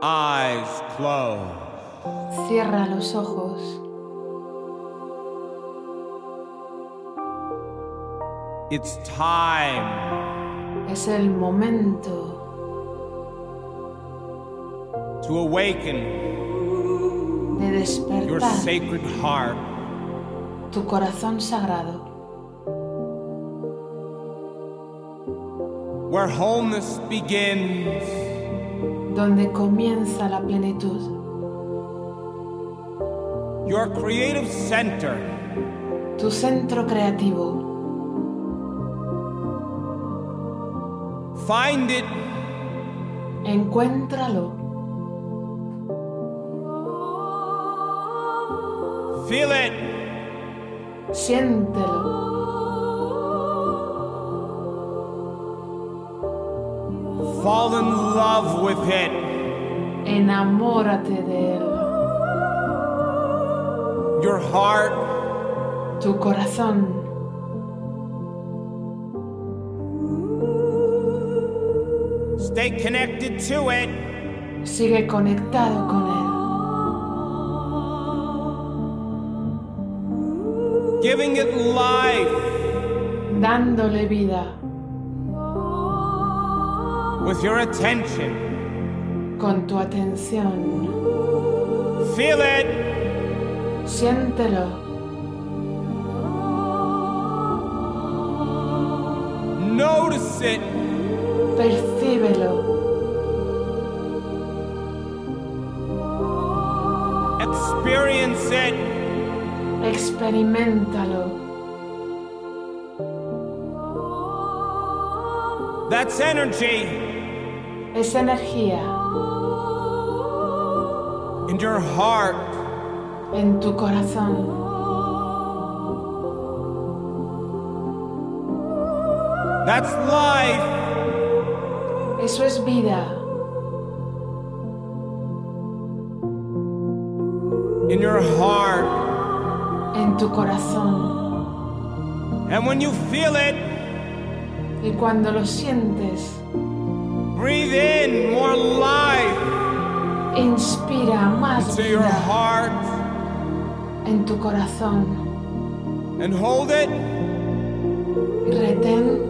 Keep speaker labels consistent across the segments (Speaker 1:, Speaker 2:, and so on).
Speaker 1: Eyes closed.
Speaker 2: Cierra los ojos.
Speaker 1: It's time
Speaker 2: Es el momento
Speaker 1: to awaken
Speaker 2: de
Speaker 1: your
Speaker 2: despertar
Speaker 1: sacred heart
Speaker 2: tu corazón sagrado,
Speaker 1: where wholeness begins
Speaker 2: donde comienza la plenitud.
Speaker 1: your creative center
Speaker 2: Tu centro creativo,
Speaker 1: find it
Speaker 2: encuéntralo,
Speaker 1: feel it
Speaker 2: siéntelo,
Speaker 1: fall in love with it
Speaker 2: enamórate de él.
Speaker 1: your heart
Speaker 2: Tu corazón
Speaker 1: stay connected to it
Speaker 2: sigue conectado con él,
Speaker 1: giving it life
Speaker 2: dándole vida
Speaker 1: with your attention
Speaker 2: con tu atención.
Speaker 1: feel it
Speaker 2: Siéntelo,
Speaker 1: notice it
Speaker 2: percíbelo,
Speaker 1: experience it
Speaker 2: experimentalo.
Speaker 1: that's energy
Speaker 2: Es energía
Speaker 1: in your heart
Speaker 2: en tu corazón.
Speaker 1: That's life.
Speaker 2: Eso es vida
Speaker 1: In your heart.
Speaker 2: en tu corazón.
Speaker 1: And when you feel it,
Speaker 2: Y cuando lo sientes,
Speaker 1: breathe in more life
Speaker 2: inspira más
Speaker 1: to your
Speaker 2: vida
Speaker 1: heart
Speaker 2: en tu corazón.
Speaker 1: and hold it.
Speaker 2: Y retén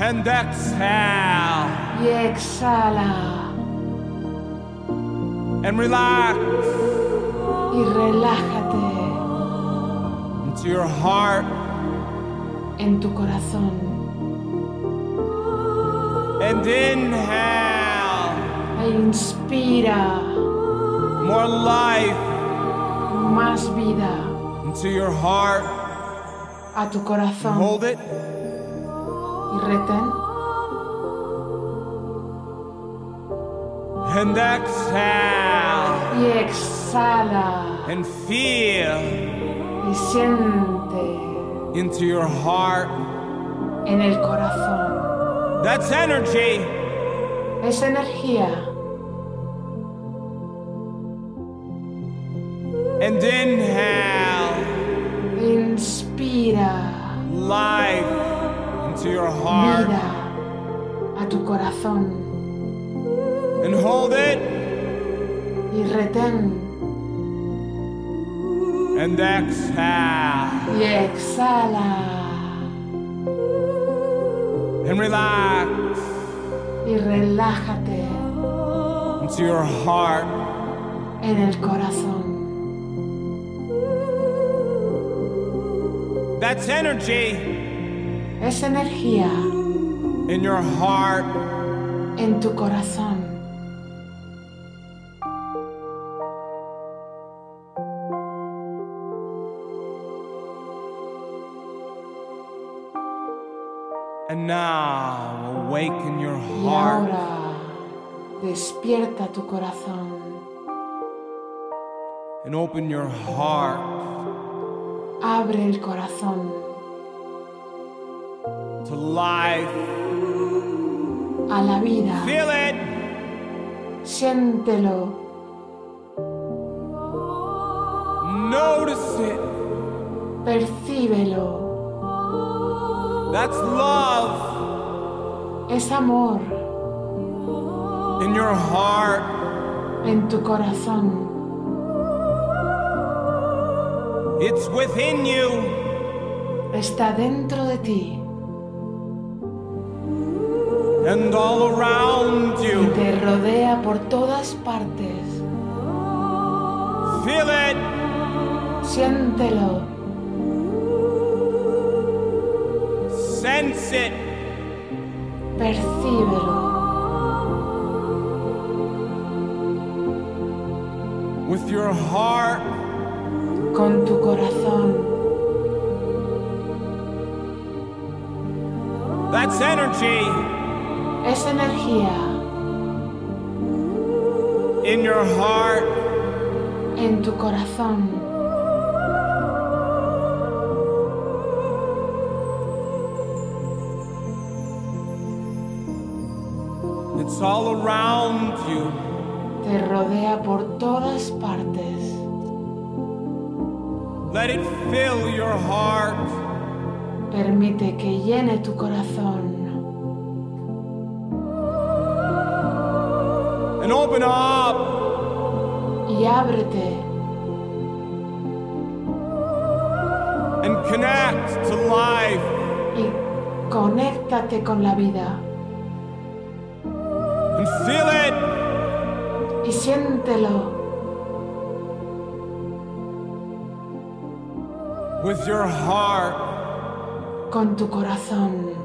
Speaker 1: And exhale.
Speaker 2: y exhala.
Speaker 1: And relax
Speaker 2: Y relájate
Speaker 1: into your heart
Speaker 2: en tu corazón.
Speaker 1: and inhale.
Speaker 2: E inspira
Speaker 1: More life
Speaker 2: más vida
Speaker 1: into your heart.
Speaker 2: a tu corazón.
Speaker 1: Hold it.
Speaker 2: Y retén
Speaker 1: And exhale.
Speaker 2: y exhala.
Speaker 1: And feel
Speaker 2: Y siente
Speaker 1: into your heart.
Speaker 2: en el corazón.
Speaker 1: That's energy.
Speaker 2: Es energía.
Speaker 1: And inhale.
Speaker 2: Inspira
Speaker 1: life into your heart
Speaker 2: vida a tu corazón
Speaker 1: and hold it
Speaker 2: y retén
Speaker 1: and exhale
Speaker 2: y exhala
Speaker 1: and relax
Speaker 2: y relájate
Speaker 1: into your heart
Speaker 2: en el corazón.
Speaker 1: that's energy
Speaker 2: Es energía
Speaker 1: in your heart
Speaker 2: en tu corazón.
Speaker 1: and now awaken your
Speaker 2: Y
Speaker 1: heart
Speaker 2: ahora despierta tu corazón.
Speaker 1: and open your heart
Speaker 2: Abre el corazón
Speaker 1: to life
Speaker 2: a la vida.
Speaker 1: feel it
Speaker 2: Siéntelo,
Speaker 1: notice it
Speaker 2: percíbelo.
Speaker 1: that's love
Speaker 2: Es amor
Speaker 1: in your heart,
Speaker 2: en tu corazón,
Speaker 1: it's within you.
Speaker 2: está dentro de ti
Speaker 1: and all around
Speaker 2: y
Speaker 1: you.
Speaker 2: te rodea por todas partes.
Speaker 1: Feel it,
Speaker 2: Siéntelo,
Speaker 1: sense it,
Speaker 2: percíbelo
Speaker 1: with your heart,
Speaker 2: con tu corazón.
Speaker 1: that's energy
Speaker 2: Es energía
Speaker 1: in your heart,
Speaker 2: en tu corazón.
Speaker 1: it's all around you.
Speaker 2: Te rodea por todas partes.
Speaker 1: Let it fill your heart,
Speaker 2: Permite que llene tu corazón
Speaker 1: and open up
Speaker 2: y ábrete
Speaker 1: and connect to life
Speaker 2: y conéctate con la vida
Speaker 1: and feel it,
Speaker 2: y siéntelo
Speaker 1: with your heart.
Speaker 2: con tu corazón.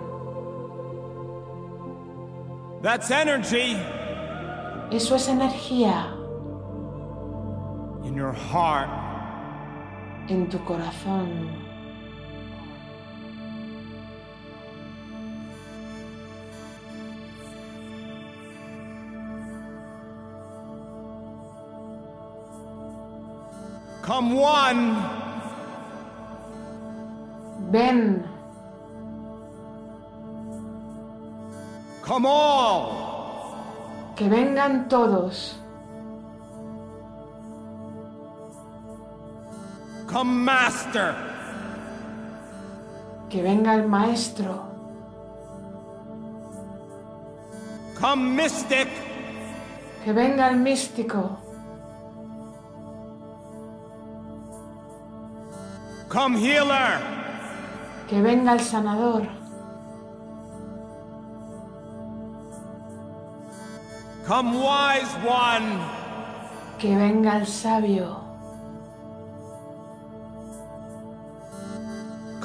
Speaker 1: That's energy
Speaker 2: Eso es energía
Speaker 1: in your heart.
Speaker 2: en tu corazón.
Speaker 1: Come one
Speaker 2: Ven,
Speaker 1: Come all.
Speaker 2: que vengan todos.
Speaker 1: Come master.
Speaker 2: Que venga el maestro,
Speaker 1: Come mystic.
Speaker 2: que venga el místico,
Speaker 1: Come healer.
Speaker 2: que venga el sanador,
Speaker 1: Come wise one.
Speaker 2: que venga el sabio,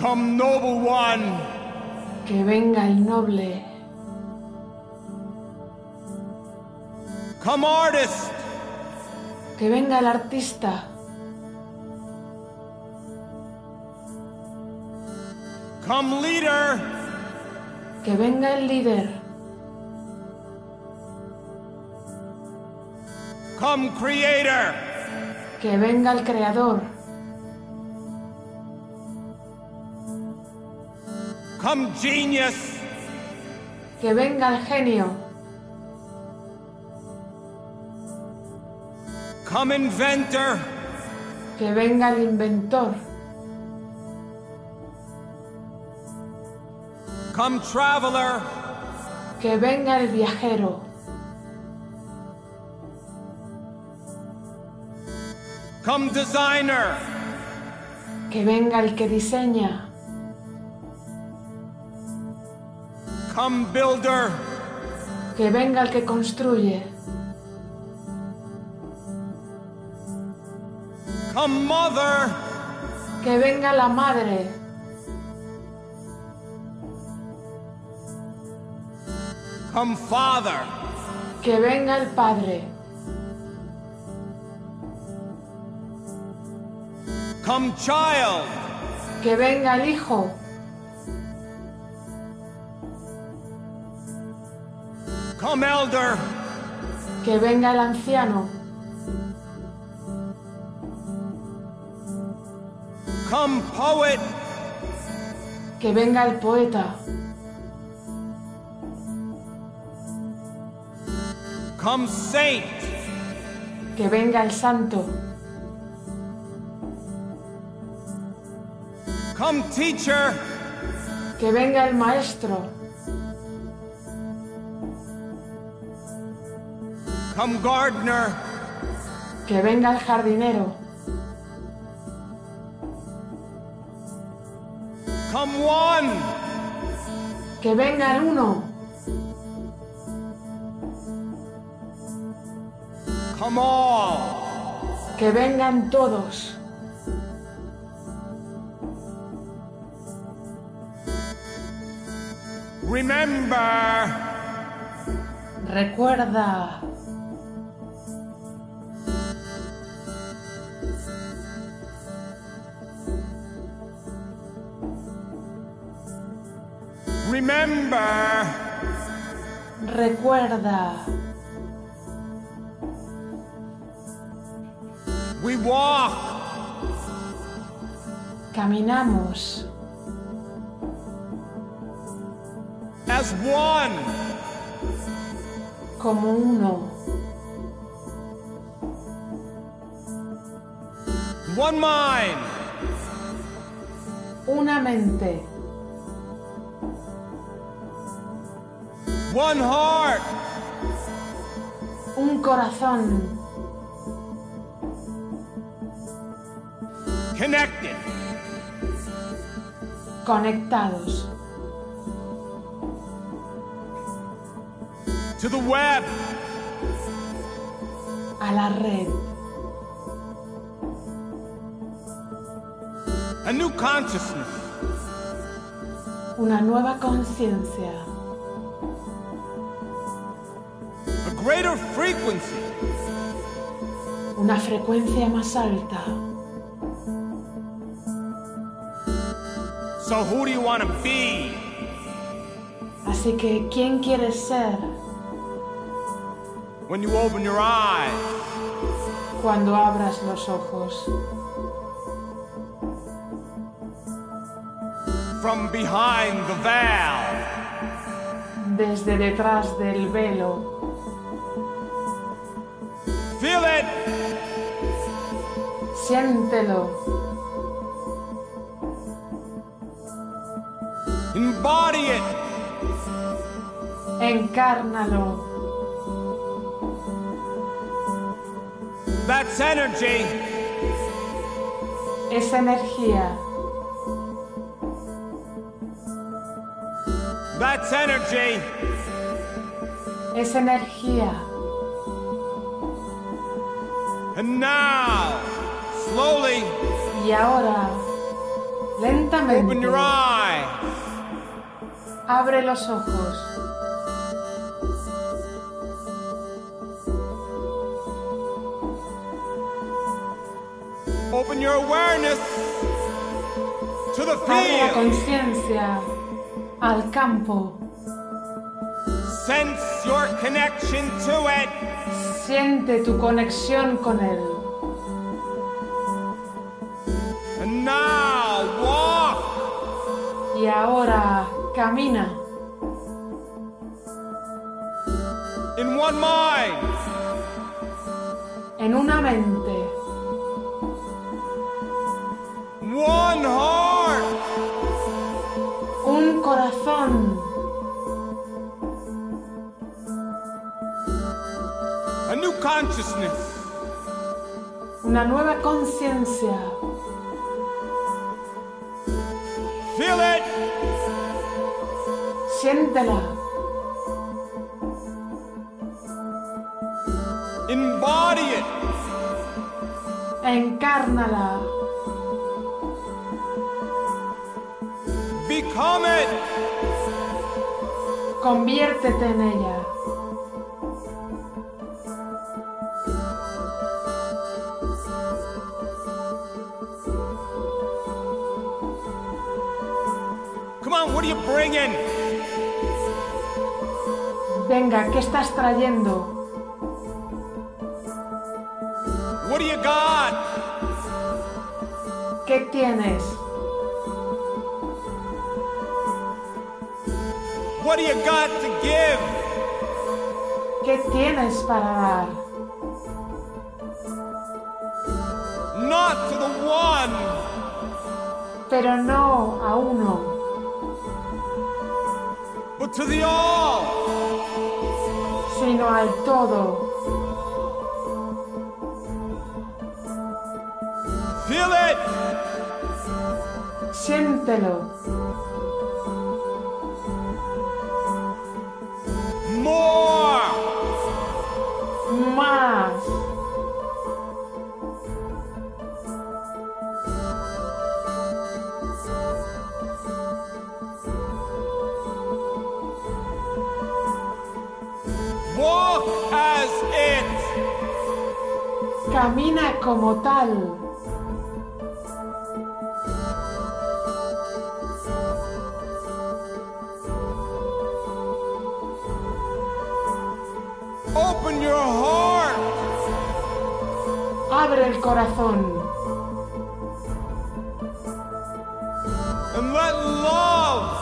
Speaker 1: Come noble one.
Speaker 2: que venga el noble,
Speaker 1: Come artist.
Speaker 2: que venga el artista,
Speaker 1: Come leader.
Speaker 2: que venga el líder,
Speaker 1: Come creator.
Speaker 2: que venga el creador,
Speaker 1: Come genius.
Speaker 2: que venga el genio,
Speaker 1: Come inventor.
Speaker 2: que venga el inventor,
Speaker 1: Come traveler.
Speaker 2: que venga el viajero,
Speaker 1: Come designer.
Speaker 2: que venga el que diseña,
Speaker 1: Come builder.
Speaker 2: que venga el que construye,
Speaker 1: Come mother.
Speaker 2: que venga la madre,
Speaker 1: Come father.
Speaker 2: que venga el padre,
Speaker 1: Come child.
Speaker 2: que venga el hijo,
Speaker 1: Come elder.
Speaker 2: que venga el anciano,
Speaker 1: Come poet.
Speaker 2: que venga el poeta.
Speaker 1: Come saint.
Speaker 2: Que venga el santo,
Speaker 1: Come teacher.
Speaker 2: que venga el maestro,
Speaker 1: Come, gardener.
Speaker 2: Que venga el jardinero,
Speaker 1: Come, one.
Speaker 2: que venga el uno,
Speaker 1: Come, all.
Speaker 2: que vengan todos,
Speaker 1: Remember,
Speaker 2: recuerda,
Speaker 1: remember,
Speaker 2: recuerda,
Speaker 1: we walk,
Speaker 2: caminamos
Speaker 1: as one.
Speaker 2: como uno,
Speaker 1: One mind,
Speaker 2: una mente,
Speaker 1: one heart,
Speaker 2: un corazón
Speaker 1: connected.
Speaker 2: conectados
Speaker 1: To the web,
Speaker 2: a la red,
Speaker 1: a new consciousness,
Speaker 2: una nueva conciencia,
Speaker 1: a greater frequency,
Speaker 2: una frecuencia más alta.
Speaker 1: So who do you want to be?
Speaker 2: Así que, ¿quién quieres ser
Speaker 1: When you open your eyes,
Speaker 2: cuando abras los ojos?
Speaker 1: from behind the veil,
Speaker 2: Desde detrás del velo,
Speaker 1: feel it,
Speaker 2: siéntelo,
Speaker 1: embody it,
Speaker 2: encárnalo.
Speaker 1: that's energy,
Speaker 2: Es energía,
Speaker 1: that's energy,
Speaker 2: es energía.
Speaker 1: and now, slowly,
Speaker 2: Y ahora,
Speaker 1: open
Speaker 2: lentamente,
Speaker 1: your eyes,
Speaker 2: abre los ojos,
Speaker 1: open your awareness to the
Speaker 2: abre la
Speaker 1: field,
Speaker 2: conciencia al campo,
Speaker 1: sense your connection to it,
Speaker 2: siente tu conexión con él.
Speaker 1: and now, walk,
Speaker 2: Y ahora, camina
Speaker 1: in one mind,
Speaker 2: en una mente,
Speaker 1: one heart,
Speaker 2: un corazón,
Speaker 1: a new consciousness,
Speaker 2: una nueva conciencia.
Speaker 1: feel it.
Speaker 2: Siéntela,
Speaker 1: Embody it.
Speaker 2: encárnala,
Speaker 1: Become it.
Speaker 2: conviértete en ella.
Speaker 1: Come on, what are you bringing?
Speaker 2: Venga, ¿qué estás trayendo?
Speaker 1: What do you got?
Speaker 2: ¿Qué tienes?
Speaker 1: What do you got to give?
Speaker 2: ¿Qué tienes para dar?
Speaker 1: Not to the one,
Speaker 2: Pero no a uno,
Speaker 1: but to the all.
Speaker 2: sino al todo.
Speaker 1: Feel it.
Speaker 2: Siéntelo.
Speaker 1: More.
Speaker 2: Más.
Speaker 1: Walk as it.
Speaker 2: Camina como tal.
Speaker 1: Open your heart.
Speaker 2: Abre el corazón
Speaker 1: And let love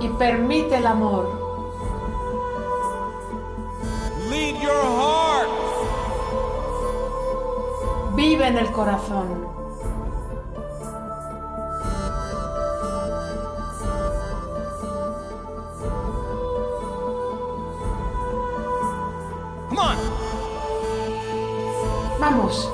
Speaker 2: y permite el amor.
Speaker 1: lead your heart.
Speaker 2: Vive en el corazón.
Speaker 1: Come on.
Speaker 2: Vamos.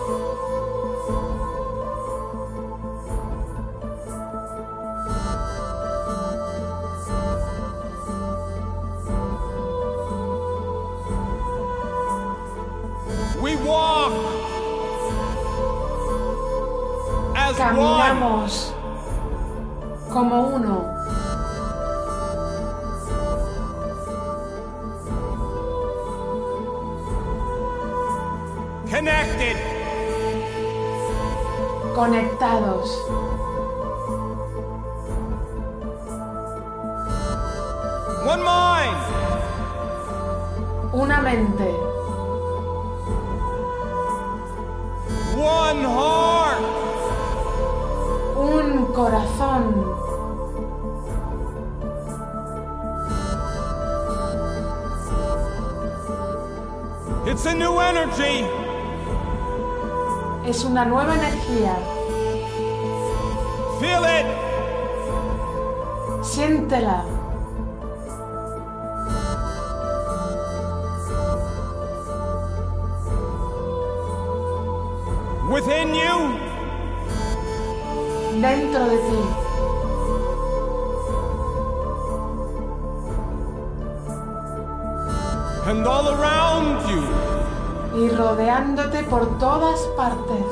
Speaker 1: We walk as one.
Speaker 2: Caminamos como uno.
Speaker 1: Connected.
Speaker 2: Conectados.
Speaker 1: One mind.
Speaker 2: Una mente.
Speaker 1: One heart.
Speaker 2: Un corazón.
Speaker 1: It's a new energy.
Speaker 2: Es una nueva energía.
Speaker 1: Feel it.
Speaker 2: Siéntela.
Speaker 1: Within you,
Speaker 2: Dentro de ti.
Speaker 1: and all around you.
Speaker 2: Y rodeándote por todas partes.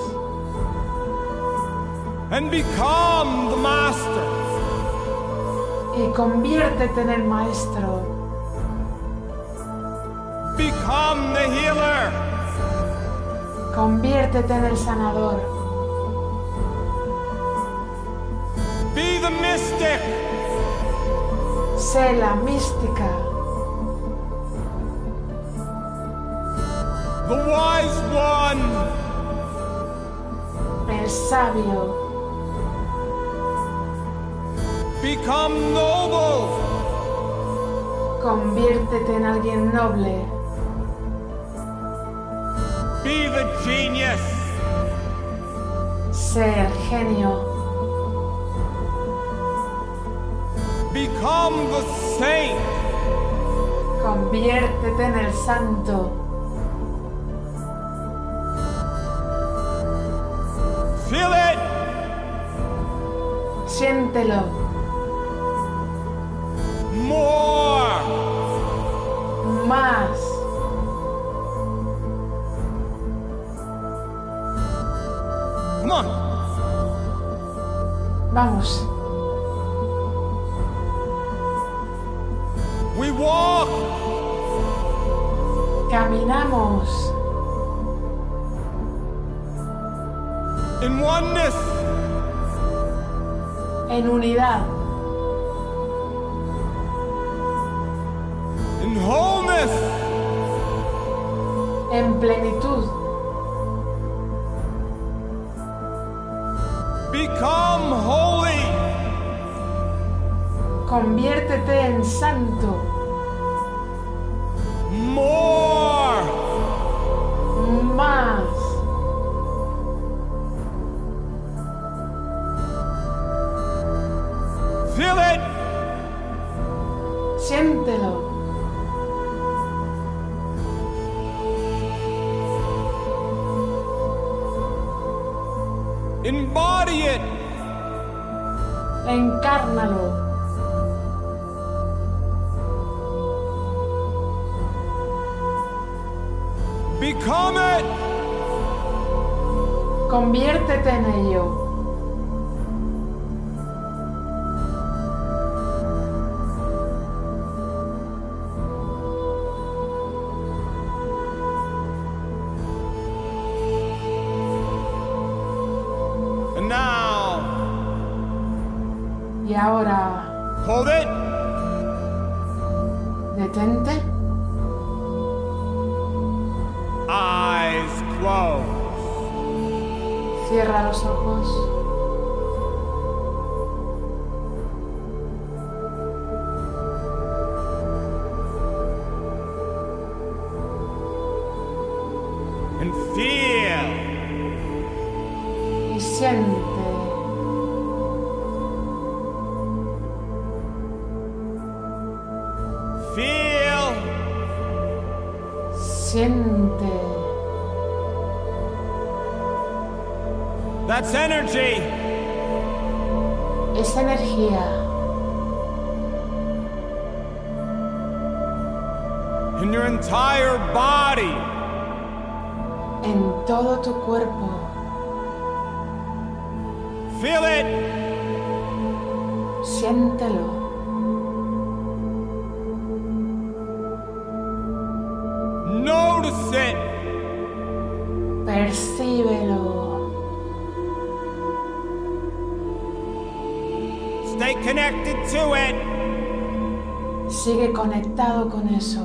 Speaker 1: And become the master.
Speaker 2: Y conviértete en el maestro.
Speaker 1: Become the healer.
Speaker 2: Conviértete en el sanador.
Speaker 1: Be the mystic.
Speaker 2: Sé la mística.
Speaker 1: The wise one.
Speaker 2: El sabio.
Speaker 1: Become noble.
Speaker 2: Conviértete en alguien noble.
Speaker 1: Be the genius.
Speaker 2: Sé el genio.
Speaker 1: Become the saint.
Speaker 2: Conviértete en el santo.
Speaker 1: Feel it.
Speaker 2: Siéntelo.
Speaker 1: More.
Speaker 2: Más.
Speaker 1: Come on.
Speaker 2: Vamos.
Speaker 1: We walk
Speaker 2: Caminamos
Speaker 1: in oneness.
Speaker 2: en unidad,
Speaker 1: In wholeness.
Speaker 2: en plenitud.
Speaker 1: Become holy.
Speaker 2: Conviértete en santo.
Speaker 1: More.
Speaker 2: Más.
Speaker 1: Feel it.
Speaker 2: Siéntelo.
Speaker 1: Embody it.
Speaker 2: Encárnalo.
Speaker 1: Become it.
Speaker 2: Conviértete en ello.
Speaker 1: And now,
Speaker 2: Y ahora,
Speaker 1: hold it.
Speaker 2: detente.
Speaker 1: Eyes closed.
Speaker 2: Cierra los ojos.
Speaker 1: And feel
Speaker 2: Y siente.
Speaker 1: feel
Speaker 2: Siente.
Speaker 1: that's energy.
Speaker 2: Esa energía.
Speaker 1: in your entire body.
Speaker 2: En todo tu cuerpo.
Speaker 1: Feel it.
Speaker 2: Siéntelo.
Speaker 1: Notice it.
Speaker 2: Percíbelo.
Speaker 1: Stay connected to it.
Speaker 2: Sigue conectado con eso.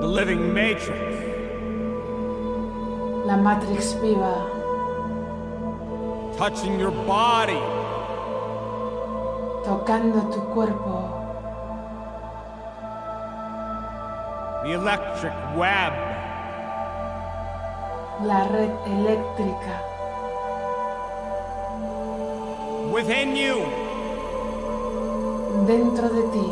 Speaker 1: The living matrix.
Speaker 2: La Matrix viva.
Speaker 1: Touching your body.
Speaker 2: Tocando tu cuerpo.
Speaker 1: The electric web.
Speaker 2: La red eléctrica.
Speaker 1: Within you.
Speaker 2: Dentro de ti.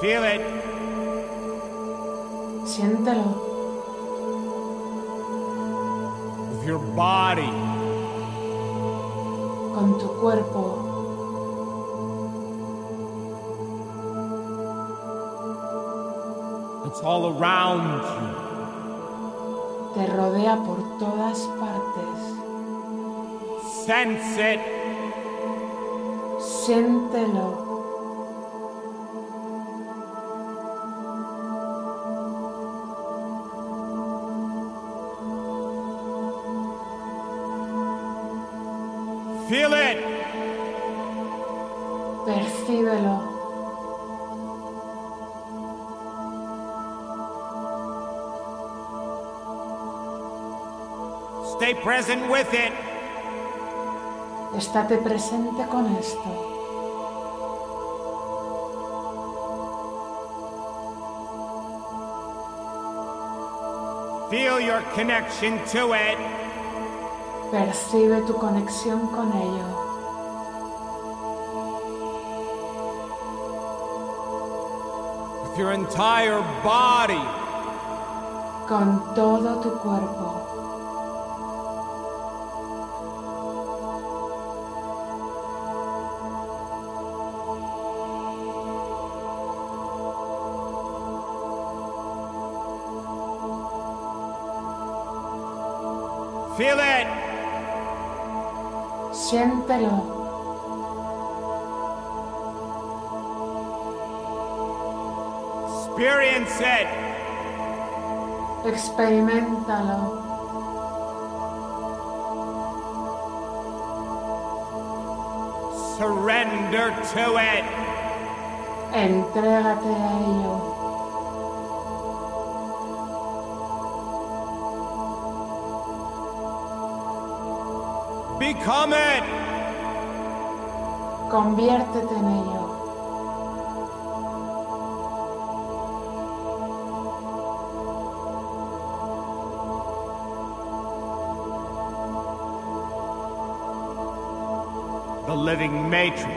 Speaker 1: Feel it.
Speaker 2: Siéntelo.
Speaker 1: With your body.
Speaker 2: Con tu cuerpo.
Speaker 1: It's all around
Speaker 2: Te rodea por todas partes.
Speaker 1: you. Sense it.
Speaker 2: Siéntelo.
Speaker 1: Feel it.
Speaker 2: Percíbelo.
Speaker 1: Stay present with it.
Speaker 2: Estate presente con esto.
Speaker 1: Feel your connection to it.
Speaker 2: Percibe tu conexión con ello.
Speaker 1: With your entire body.
Speaker 2: Con todo tu cuerpo.
Speaker 1: Feel it.
Speaker 2: Siéntelo.
Speaker 1: Experience it.
Speaker 2: Experimentalo.
Speaker 1: Surrender to it.
Speaker 2: Entrégate a ello.
Speaker 1: Become it.
Speaker 2: Conviértete en ello.
Speaker 1: The living matrix.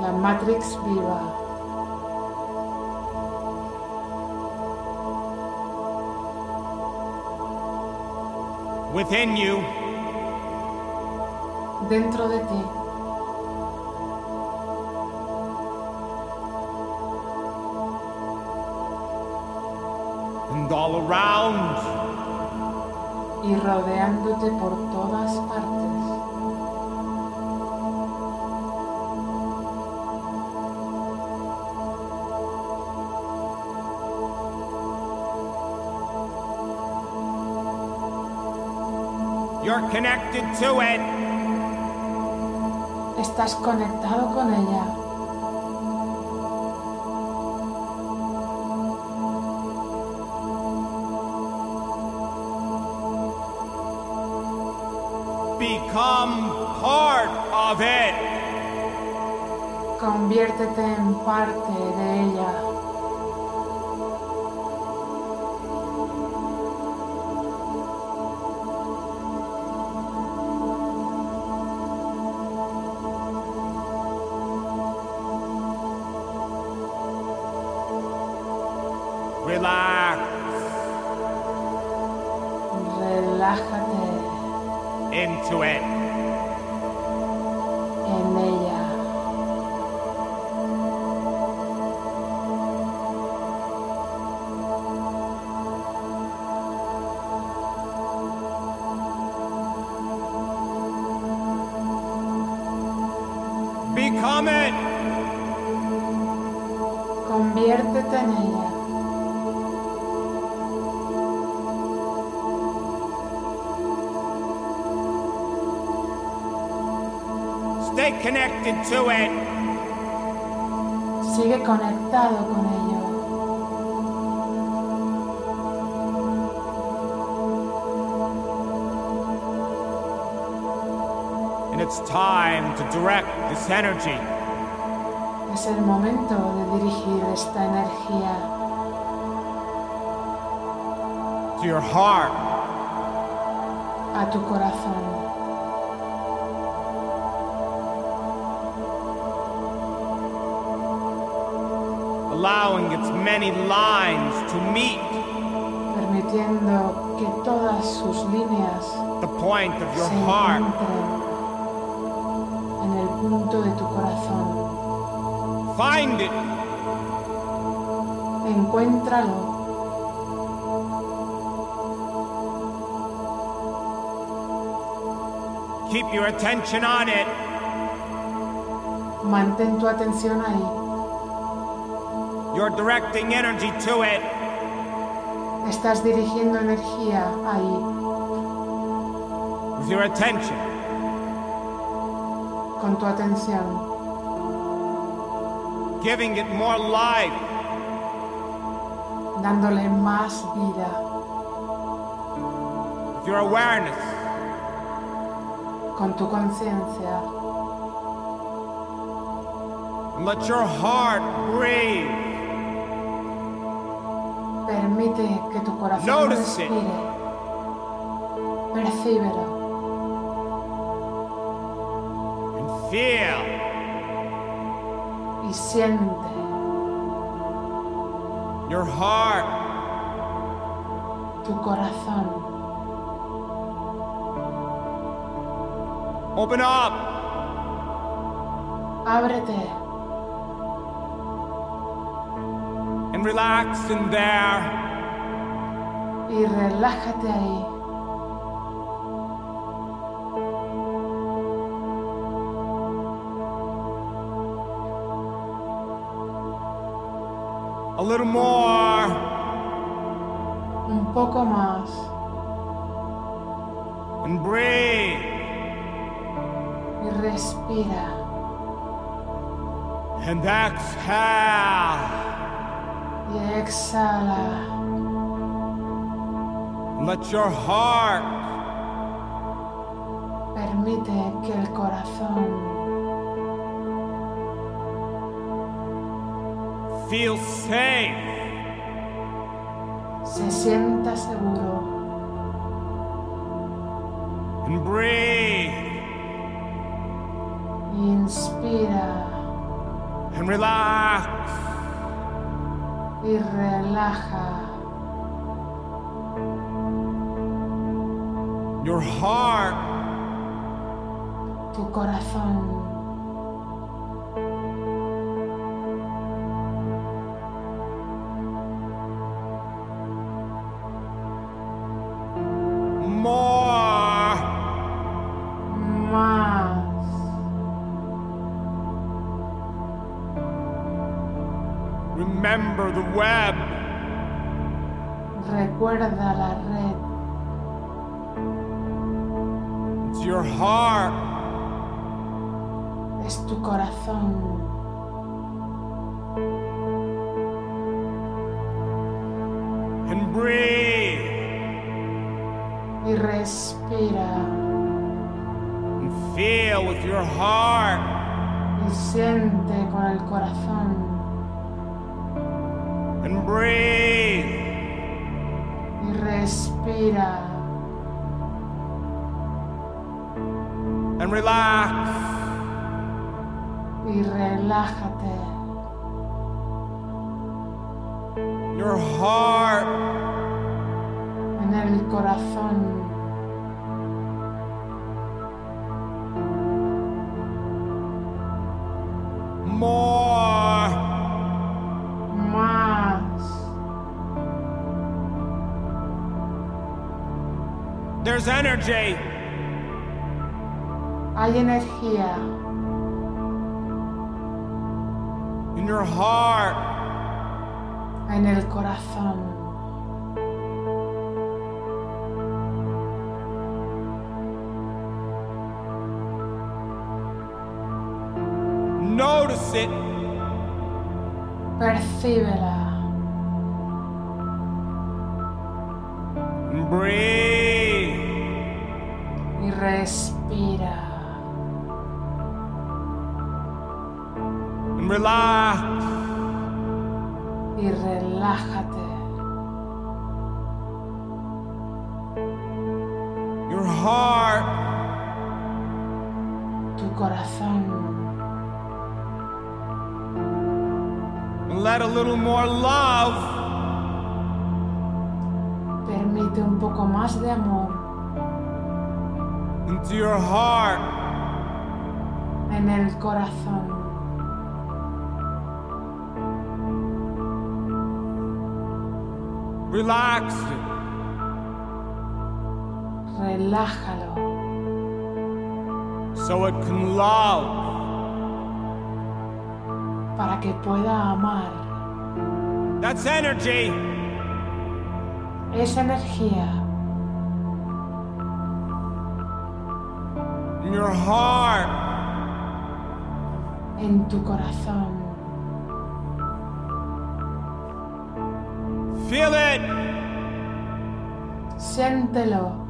Speaker 2: La Matrix viva.
Speaker 1: within you,
Speaker 2: dentro de ti,
Speaker 1: and all around.
Speaker 2: y rodeándote por todas partes.
Speaker 1: You're connected to it.
Speaker 2: Estás conectado con ella.
Speaker 1: Become part of it.
Speaker 2: Conviértete en parte de ella.
Speaker 1: Relax
Speaker 2: Relájate
Speaker 1: into it.
Speaker 2: en ella.
Speaker 1: Become it.
Speaker 2: Conviértete en ella.
Speaker 1: Stay connected to it.
Speaker 2: Sigue conectado con ello.
Speaker 1: And it's time to direct this energy
Speaker 2: Es el momento de dirigir esta energía
Speaker 1: to your heart,
Speaker 2: a tu corazón,
Speaker 1: allowing its many lines to meet
Speaker 2: permitiendo que todas sus líneas
Speaker 1: the point of your
Speaker 2: se
Speaker 1: heart.
Speaker 2: encuentren en el punto de tu corazón.
Speaker 1: Find it.
Speaker 2: Encuéntralo,
Speaker 1: Keep your attention on it.
Speaker 2: mantén tu atención ahí.
Speaker 1: You're directing energy to it.
Speaker 2: Estás dirigiendo energía ahí.
Speaker 1: With your attention,
Speaker 2: con tu atención,
Speaker 1: giving it more life.
Speaker 2: dándole más vida,
Speaker 1: With your awareness,
Speaker 2: con tu conciencia.
Speaker 1: and let your heart breathe.
Speaker 2: Permite que tu corazón
Speaker 1: Notice it.
Speaker 2: respire. Percíbelo
Speaker 1: And feel
Speaker 2: y siente
Speaker 1: your heart
Speaker 2: tu corazón.
Speaker 1: open up.
Speaker 2: Ábrete
Speaker 1: And relax in there.
Speaker 2: y relájate ahí.
Speaker 1: A little more.
Speaker 2: Un poco más
Speaker 1: And breathe.
Speaker 2: y respira
Speaker 1: And exhale.
Speaker 2: y exhala.
Speaker 1: And let your heart
Speaker 2: Permite que el corazón
Speaker 1: feel safe.
Speaker 2: se sienta seguro
Speaker 1: And breathe.
Speaker 2: inspira
Speaker 1: And relax.
Speaker 2: y relaja.
Speaker 1: Your heart
Speaker 2: tu corazón
Speaker 1: more
Speaker 2: más.
Speaker 1: remember the web
Speaker 2: Recuerda la red.
Speaker 1: it's your heart
Speaker 2: Es tu corazón.
Speaker 1: and breathe
Speaker 2: Y respira.
Speaker 1: and feel with your heart
Speaker 2: Y siente con el corazón.
Speaker 1: and breathe
Speaker 2: Y respira.
Speaker 1: and relax
Speaker 2: Y relájate.
Speaker 1: your heart
Speaker 2: En el corazón.
Speaker 1: more
Speaker 2: Más.
Speaker 1: there's energy
Speaker 2: Hay energía
Speaker 1: in your heart
Speaker 2: en el corazón.
Speaker 1: notice it
Speaker 2: Percíbela.
Speaker 1: and breathe
Speaker 2: Y respira.
Speaker 1: and relax
Speaker 2: Y relájate.
Speaker 1: your heart
Speaker 2: Tu corazón.
Speaker 1: Let a little more love
Speaker 2: Permite un poco más de amor
Speaker 1: into your heart
Speaker 2: en el corazón.
Speaker 1: relax it
Speaker 2: Relájalo
Speaker 1: so it can love
Speaker 2: para que pueda amar.
Speaker 1: that's energy
Speaker 2: Esa energía
Speaker 1: in your heart
Speaker 2: en tu corazón.
Speaker 1: feel it
Speaker 2: Siéntelo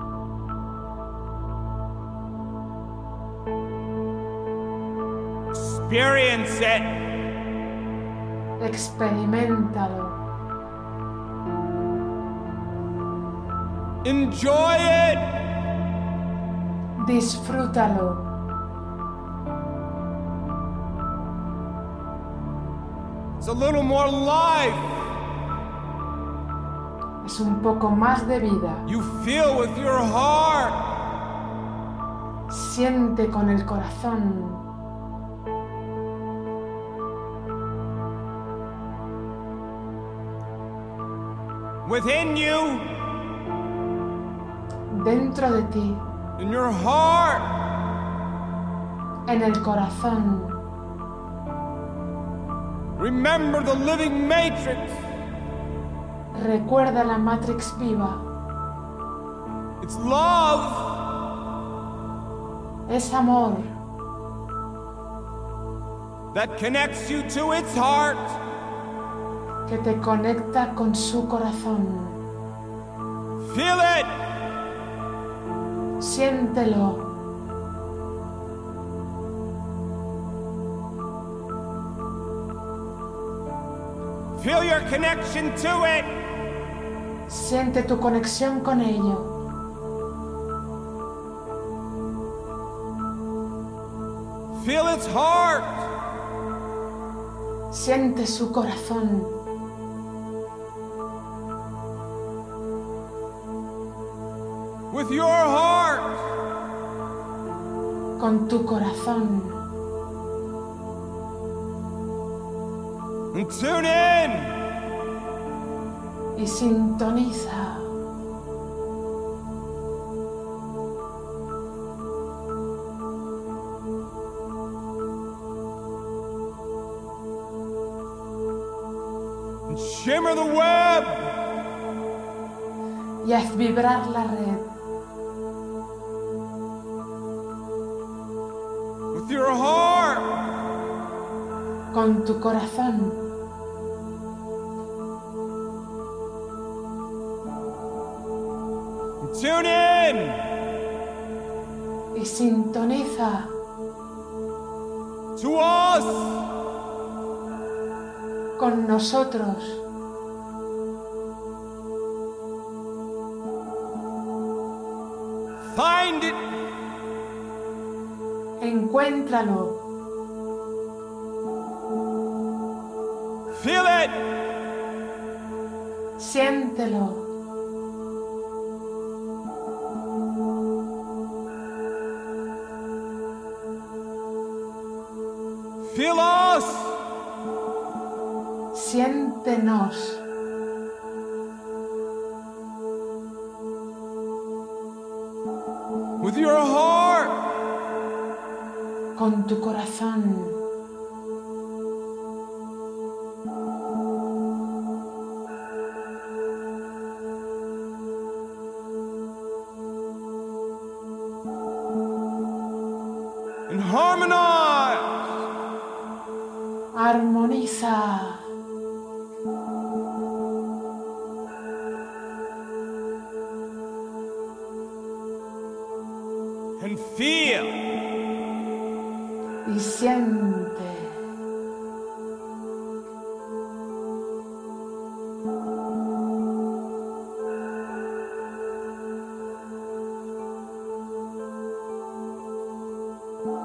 Speaker 1: experience it
Speaker 2: Experimentalo.
Speaker 1: enjoy it
Speaker 2: Disfrútalo.
Speaker 1: it's a little more life
Speaker 2: Es un poco más de vida.
Speaker 1: you feel with your heart
Speaker 2: Siente con el corazón.
Speaker 1: within you
Speaker 2: Dentro de ti.
Speaker 1: in your heart
Speaker 2: En el corazón.
Speaker 1: remember the living matrix
Speaker 2: Recuerda la Matrix viva.
Speaker 1: it's love
Speaker 2: Es amor
Speaker 1: that connects you to its heart
Speaker 2: que te conecta con su corazón.
Speaker 1: feel it
Speaker 2: Siéntelo.
Speaker 1: feel your connection to it
Speaker 2: Siente tu conexión con ello.
Speaker 1: Feel its heart.
Speaker 2: Siente su corazón.
Speaker 1: With your heart,
Speaker 2: con tu corazón.
Speaker 1: And tune in
Speaker 2: y sintoniza
Speaker 1: and shimmer the web
Speaker 2: y haz vibrar la red
Speaker 1: with your heart.
Speaker 2: con tu corazón.
Speaker 1: And tune in
Speaker 2: y sintoniza
Speaker 1: to us
Speaker 2: con nosotros
Speaker 1: find it
Speaker 2: encuéntralo
Speaker 1: feel it
Speaker 2: siéntelo
Speaker 1: feel us
Speaker 2: siéntenos
Speaker 1: with your heart
Speaker 2: con tu corazón
Speaker 1: and harmonize
Speaker 2: armoniza
Speaker 1: and feel
Speaker 2: y siente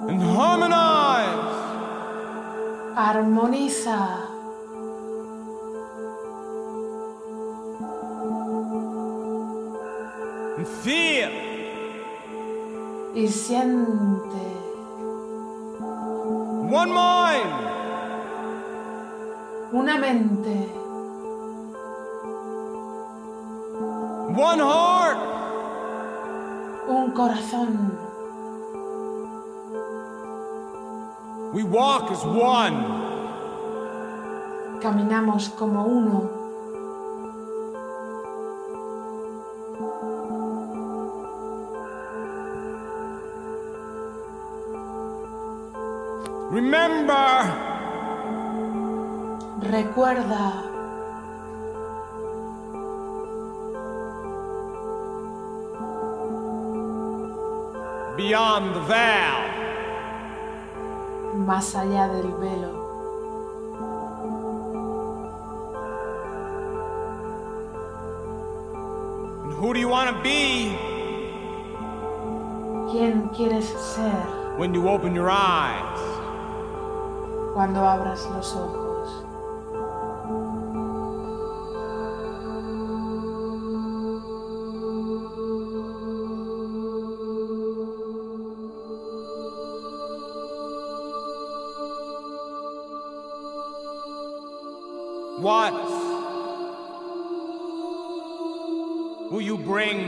Speaker 1: and harmonize
Speaker 2: armoniza
Speaker 1: and feel
Speaker 2: y siente
Speaker 1: one mind
Speaker 2: una mente
Speaker 1: one heart
Speaker 2: un corazón
Speaker 1: we walk as one
Speaker 2: caminamos como uno
Speaker 1: remember
Speaker 2: recuerda
Speaker 1: beyond the veil
Speaker 2: más allá del velo
Speaker 1: and who do you want to be
Speaker 2: quién quieres ser
Speaker 1: when you open your eyes
Speaker 2: cuando abras los ojos
Speaker 1: What will you bring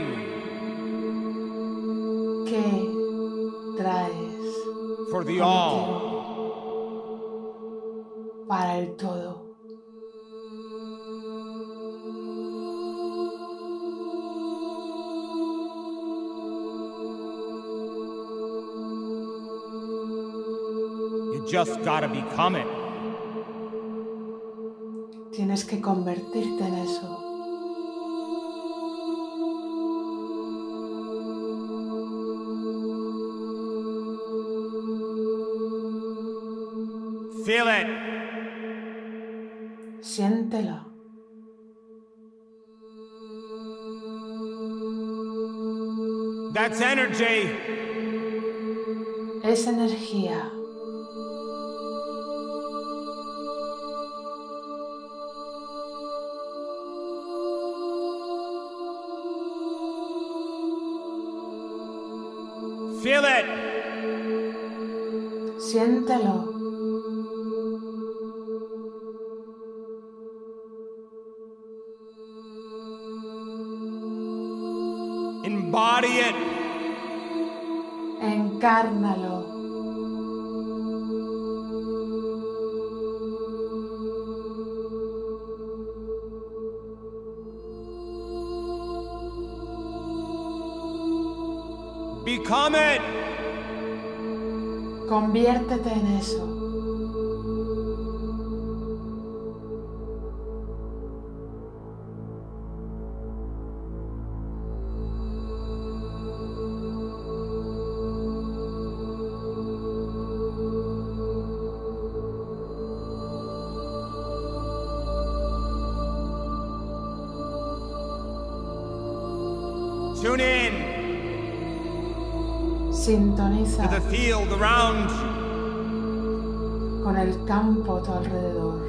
Speaker 2: qué traes
Speaker 1: for the all?
Speaker 2: para el todo
Speaker 1: You just gotta become it.
Speaker 2: tienes que convertirte en eso
Speaker 1: Feel it.
Speaker 2: siéntelo
Speaker 1: That's energy.
Speaker 2: es energía
Speaker 1: Feel it.
Speaker 2: siéntelo.
Speaker 1: Embody it.
Speaker 2: Encárnalo.
Speaker 1: Become it.
Speaker 2: Conviértete en eso.
Speaker 1: Tune in to
Speaker 2: Sintoniza
Speaker 1: the field around you.
Speaker 2: con el campo a tu alrededor.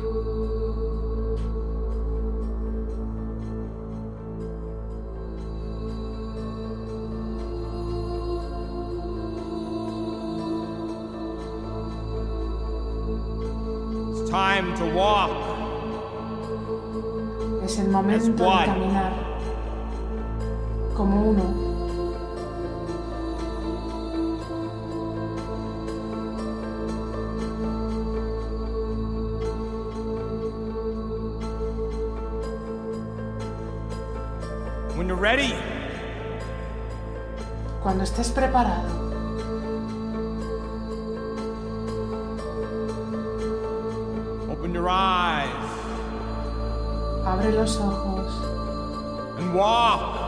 Speaker 1: It's time to walk.
Speaker 2: Es el momento
Speaker 1: one.
Speaker 2: de caminar como uno.
Speaker 1: When you're ready,
Speaker 2: Cuando estés preparado,
Speaker 1: open your eyes
Speaker 2: abre los ojos
Speaker 1: and walk.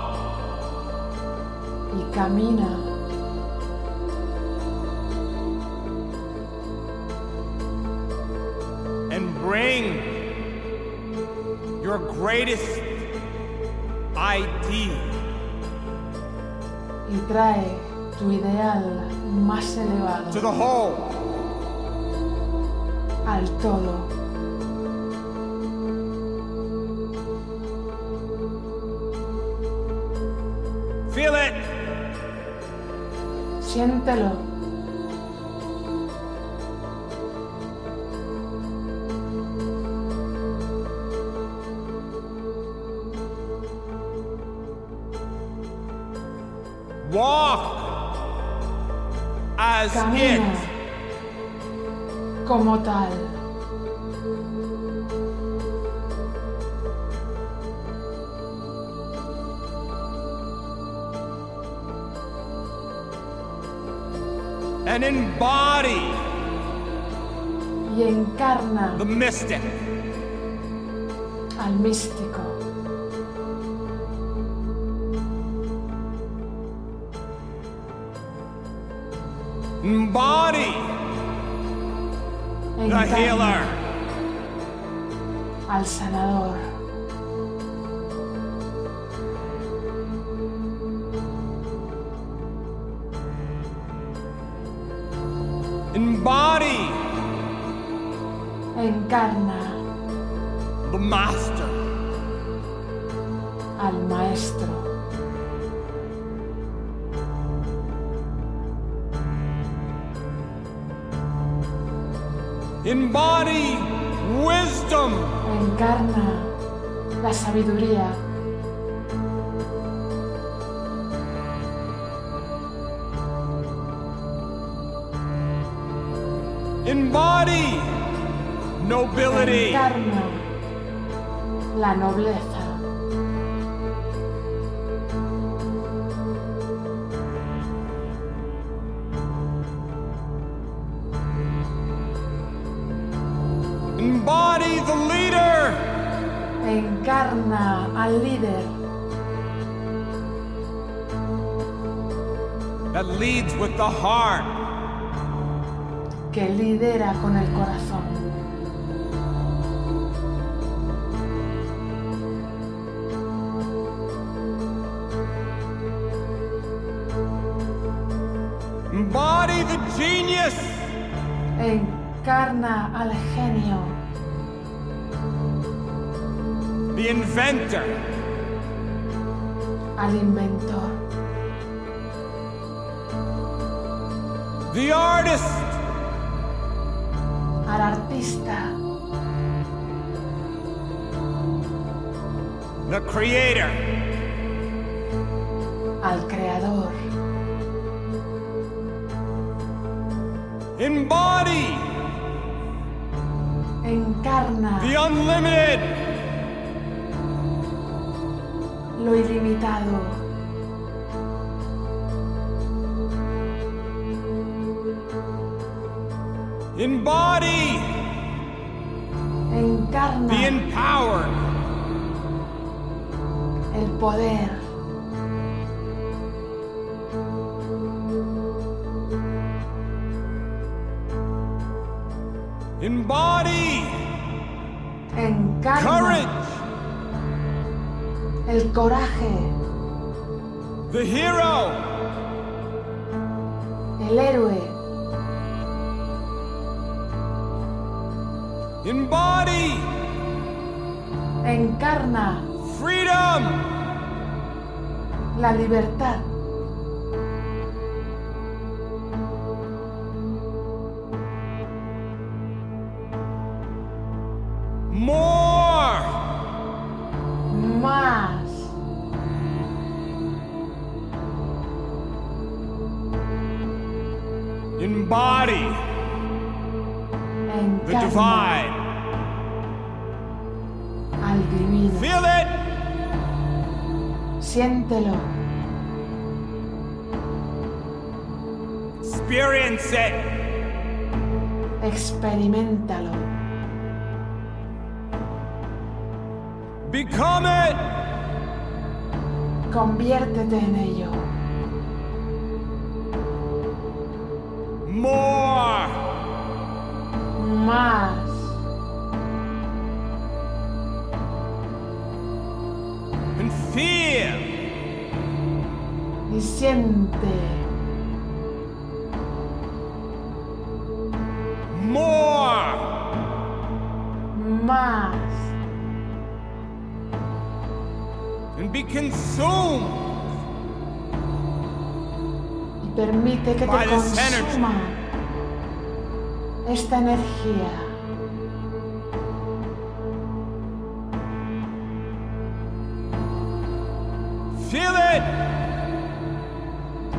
Speaker 2: y camina.
Speaker 1: and bring your greatest ID
Speaker 2: y trae tu ideal más elevado
Speaker 1: to the whole.
Speaker 2: al todo.
Speaker 1: Feel it.
Speaker 2: Siéntelo,
Speaker 1: Walk as
Speaker 2: camina
Speaker 1: it.
Speaker 2: como tal.
Speaker 1: and embody
Speaker 2: Y encarna
Speaker 1: the mystic.
Speaker 2: al místico.
Speaker 1: Embody the
Speaker 2: Encarna
Speaker 1: healer.
Speaker 2: al sanador.
Speaker 1: Embody
Speaker 2: Encarna
Speaker 1: the master.
Speaker 2: al maestro.
Speaker 1: Embody wisdom.
Speaker 2: Encarna la sabiduría.
Speaker 1: Embody nobility.
Speaker 2: Encarna la nobleza.
Speaker 1: Embody the leader.
Speaker 2: Encarna al líder
Speaker 1: that leads with the heart.
Speaker 2: que lidera con el corazón.
Speaker 1: Embody the genius
Speaker 2: encarna al genio,
Speaker 1: the inventor.
Speaker 2: al inventor,
Speaker 1: The artist
Speaker 2: al artista,
Speaker 1: the creator,
Speaker 2: al creador,
Speaker 1: embody
Speaker 2: encarna
Speaker 1: the unlimited,
Speaker 2: lo ilimitado,
Speaker 1: embody the
Speaker 2: encarna
Speaker 1: empowered,
Speaker 2: el poder,
Speaker 1: embody
Speaker 2: encarna
Speaker 1: courage,
Speaker 2: el coraje,
Speaker 1: the hero,
Speaker 2: el héroe,
Speaker 1: embody
Speaker 2: encarna
Speaker 1: freedom,
Speaker 2: la libertad,
Speaker 1: more,
Speaker 2: más,
Speaker 1: embody the
Speaker 2: encarna
Speaker 1: divine.
Speaker 2: al divino.
Speaker 1: Feel it,
Speaker 2: Siéntelo,
Speaker 1: experience it,
Speaker 2: experimentalo,
Speaker 1: become it,
Speaker 2: conviértete en ello,
Speaker 1: more,
Speaker 2: más,
Speaker 1: and feel
Speaker 2: y siente
Speaker 1: more,
Speaker 2: más
Speaker 1: and be consumed
Speaker 2: y permite que
Speaker 1: By
Speaker 2: te
Speaker 1: this energy.
Speaker 2: consuma esta energía,
Speaker 1: feel it,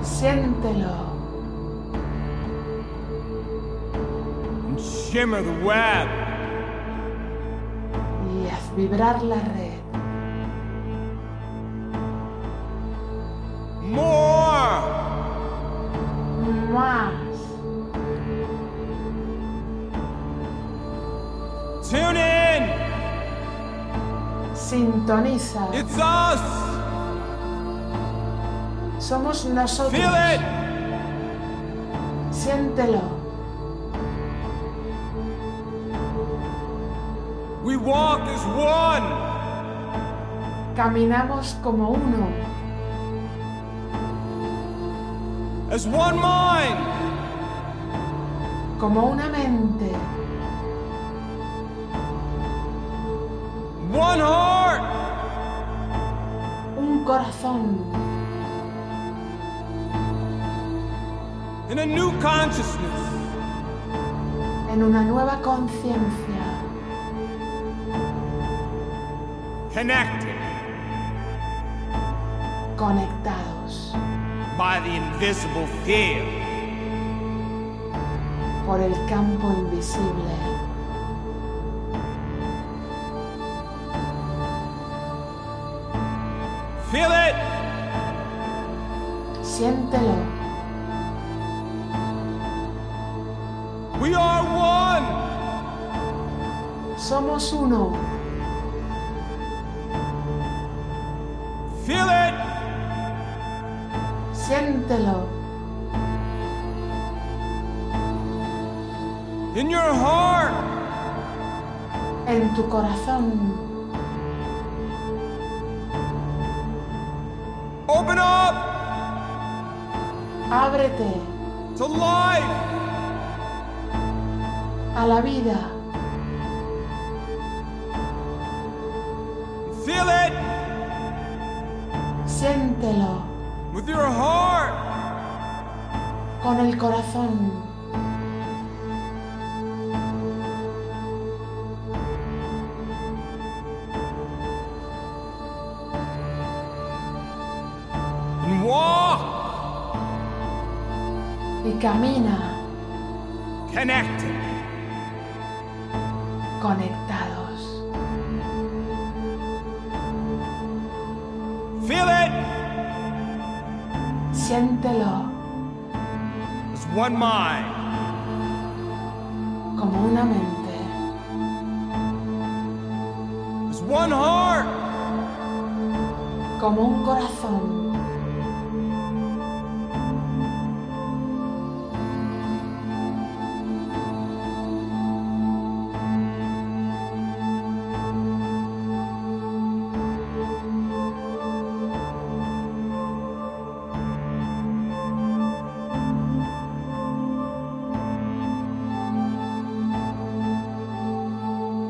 Speaker 2: siéntelo
Speaker 1: and shimmer the web,
Speaker 2: y haz vibrar la red,
Speaker 1: more,
Speaker 2: más,
Speaker 1: tune in.
Speaker 2: sintoniza,
Speaker 1: It's us!
Speaker 2: somos
Speaker 1: Feel
Speaker 2: nosotros,
Speaker 1: it!
Speaker 2: siéntelo.
Speaker 1: We walk as one!
Speaker 2: Caminamos como uno,
Speaker 1: As one mind!
Speaker 2: como una mente,
Speaker 1: One heart!
Speaker 2: un corazón,
Speaker 1: In a new consciousness!
Speaker 2: en una nueva conciencia,
Speaker 1: Connected
Speaker 2: conectados
Speaker 1: by the invisible field.
Speaker 2: por el campo invisible.
Speaker 1: Feel it!
Speaker 2: Siéntelo,
Speaker 1: We are one!
Speaker 2: somos uno,
Speaker 1: Feel it!
Speaker 2: siéntelo
Speaker 1: In your heart!
Speaker 2: en tu corazón.
Speaker 1: Open up
Speaker 2: Ábrete
Speaker 1: to life!
Speaker 2: a la vida,
Speaker 1: Feel it!
Speaker 2: siéntelo
Speaker 1: With your heart!
Speaker 2: con el corazón.
Speaker 1: and walk
Speaker 2: y camina
Speaker 1: connected.
Speaker 2: conectados.
Speaker 1: Feel it
Speaker 2: Siéntelo
Speaker 1: as one mind,
Speaker 2: como una mente,
Speaker 1: as one heart,
Speaker 2: como un corazón,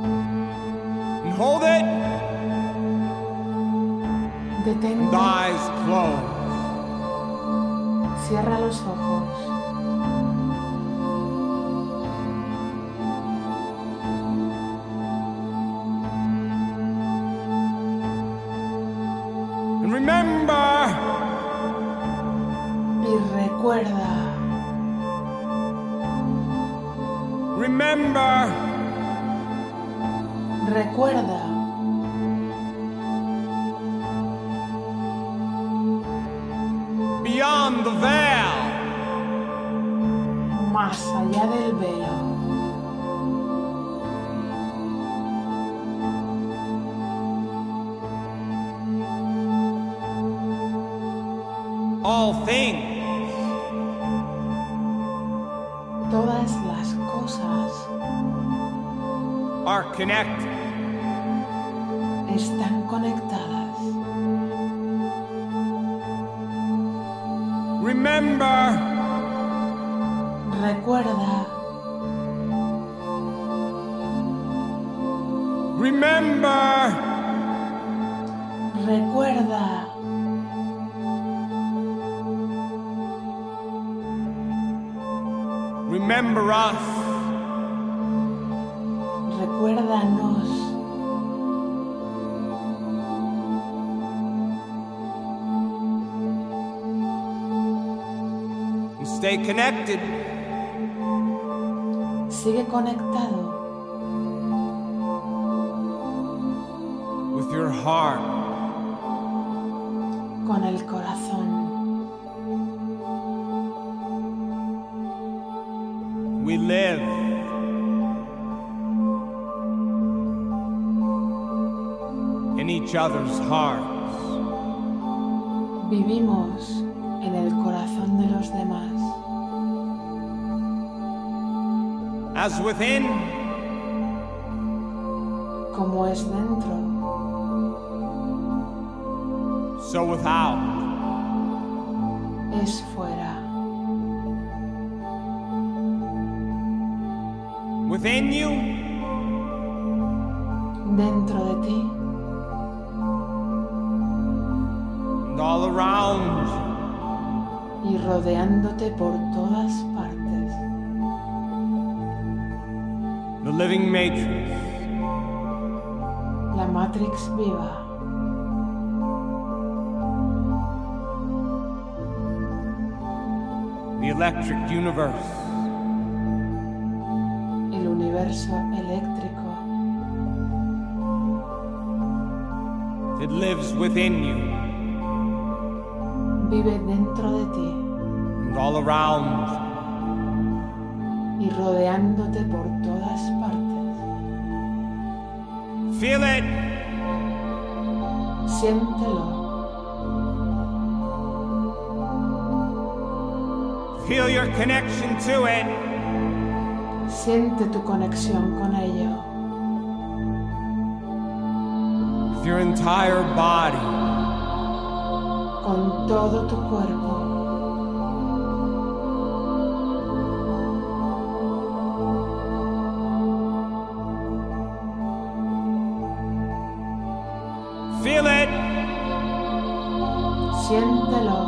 Speaker 1: and hold it with
Speaker 2: detente,
Speaker 1: eyes closed.
Speaker 2: cierra los ojos,
Speaker 1: And remember,
Speaker 2: y recuerda,
Speaker 1: remember,
Speaker 2: recuerda,
Speaker 1: beyond the veil,
Speaker 2: más allá del velo,
Speaker 1: all things
Speaker 2: todas las cosas
Speaker 1: are connected.
Speaker 2: están conectadas.
Speaker 1: Remember,
Speaker 2: Recuerda,
Speaker 1: remember,
Speaker 2: recuerda,
Speaker 1: remember us.
Speaker 2: recuérdanos,
Speaker 1: and stay connected.
Speaker 2: sigue conectado
Speaker 1: with your heart,
Speaker 2: con el corazón.
Speaker 1: we live. In each other's hearts.
Speaker 2: Vivimos en el corazón de los demás,
Speaker 1: As within,
Speaker 2: como es dentro,
Speaker 1: so without.
Speaker 2: es fuera.
Speaker 1: Within you,
Speaker 2: Dentro de ti
Speaker 1: and all around
Speaker 2: y rodeándote por todas partes,
Speaker 1: you. The living matrix,
Speaker 2: la Matrix viva,
Speaker 1: the electric universe,
Speaker 2: el universo eléctrico,
Speaker 1: it lives within you
Speaker 2: vive dentro de ti
Speaker 1: and all around
Speaker 2: y rodeándote por todas partes.
Speaker 1: you. Feel it
Speaker 2: Siéntelo.
Speaker 1: feel your connection to it
Speaker 2: Siente tu conexión con ello,
Speaker 1: with your entire body
Speaker 2: con todo tu cuerpo,
Speaker 1: feel it
Speaker 2: siéntelo,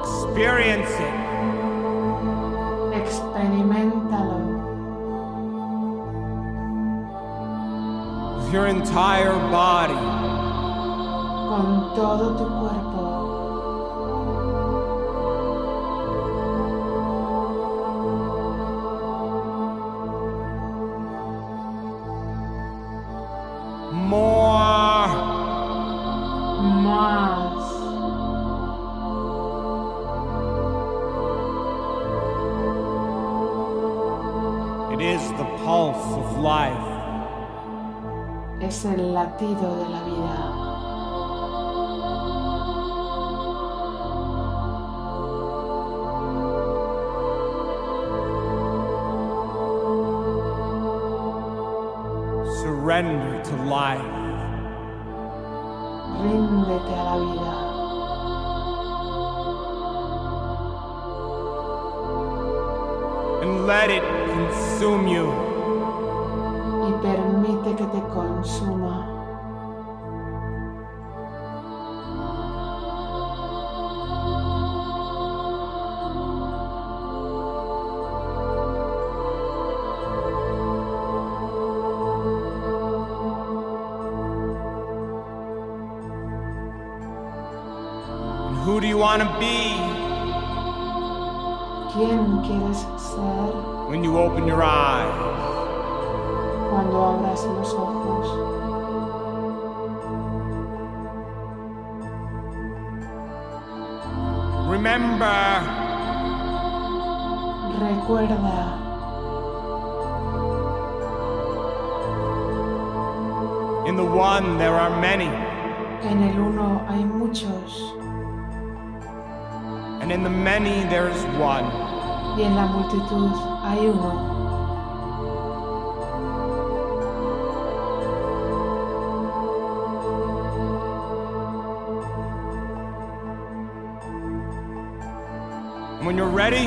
Speaker 1: experience it
Speaker 2: experimentalo
Speaker 1: with your entire body
Speaker 2: con todo tu cuerpo.
Speaker 1: more,
Speaker 2: Más,
Speaker 1: it is the pulse of life.
Speaker 2: es el latido de la vida.
Speaker 1: Surrender to life.
Speaker 2: Ríndete a la vida.
Speaker 1: and let it consume you.
Speaker 2: y permite que te consuma.
Speaker 1: And who do you want to be
Speaker 2: ¿Quién quieres ser
Speaker 1: when you open your eyes?
Speaker 2: cuando abras los ojos?
Speaker 1: Remember,
Speaker 2: Recuerda,
Speaker 1: in the one there are many,
Speaker 2: en el uno hay muchos
Speaker 1: and in the many there is one.
Speaker 2: y en la multitud hay uno.
Speaker 1: And when you're ready,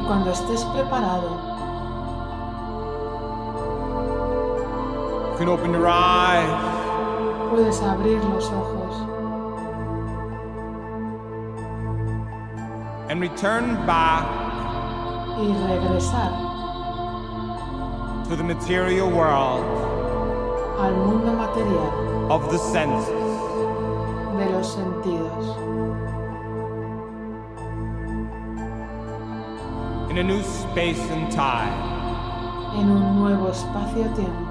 Speaker 2: Y cuando estés preparado,
Speaker 1: you can open your eyes
Speaker 2: puedes abrir los ojos
Speaker 1: and return back
Speaker 2: y regresar
Speaker 1: to the material world
Speaker 2: al mundo material
Speaker 1: of the senses.
Speaker 2: de los sentidos
Speaker 1: In a new space and time,
Speaker 2: en un nuevo espacio-tiempo.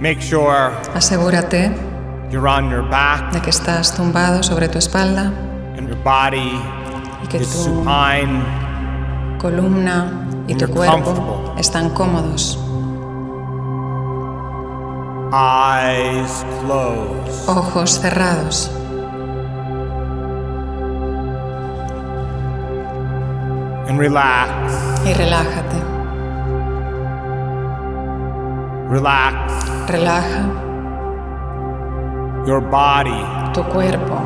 Speaker 1: make sure
Speaker 3: Asegúrate
Speaker 1: you're on your back
Speaker 3: de que estás tumbado sobre tu espalda
Speaker 1: and your body
Speaker 3: y y que
Speaker 1: is
Speaker 3: tu
Speaker 1: supine,
Speaker 3: columna y tu
Speaker 1: You're
Speaker 3: cuerpo
Speaker 1: comfortable.
Speaker 3: están cómodos,
Speaker 1: eyes closed.
Speaker 3: ojos cerrados.
Speaker 1: And relax,
Speaker 3: Y relájate,
Speaker 1: relax
Speaker 3: relaja
Speaker 1: your body,
Speaker 3: tu cuerpo,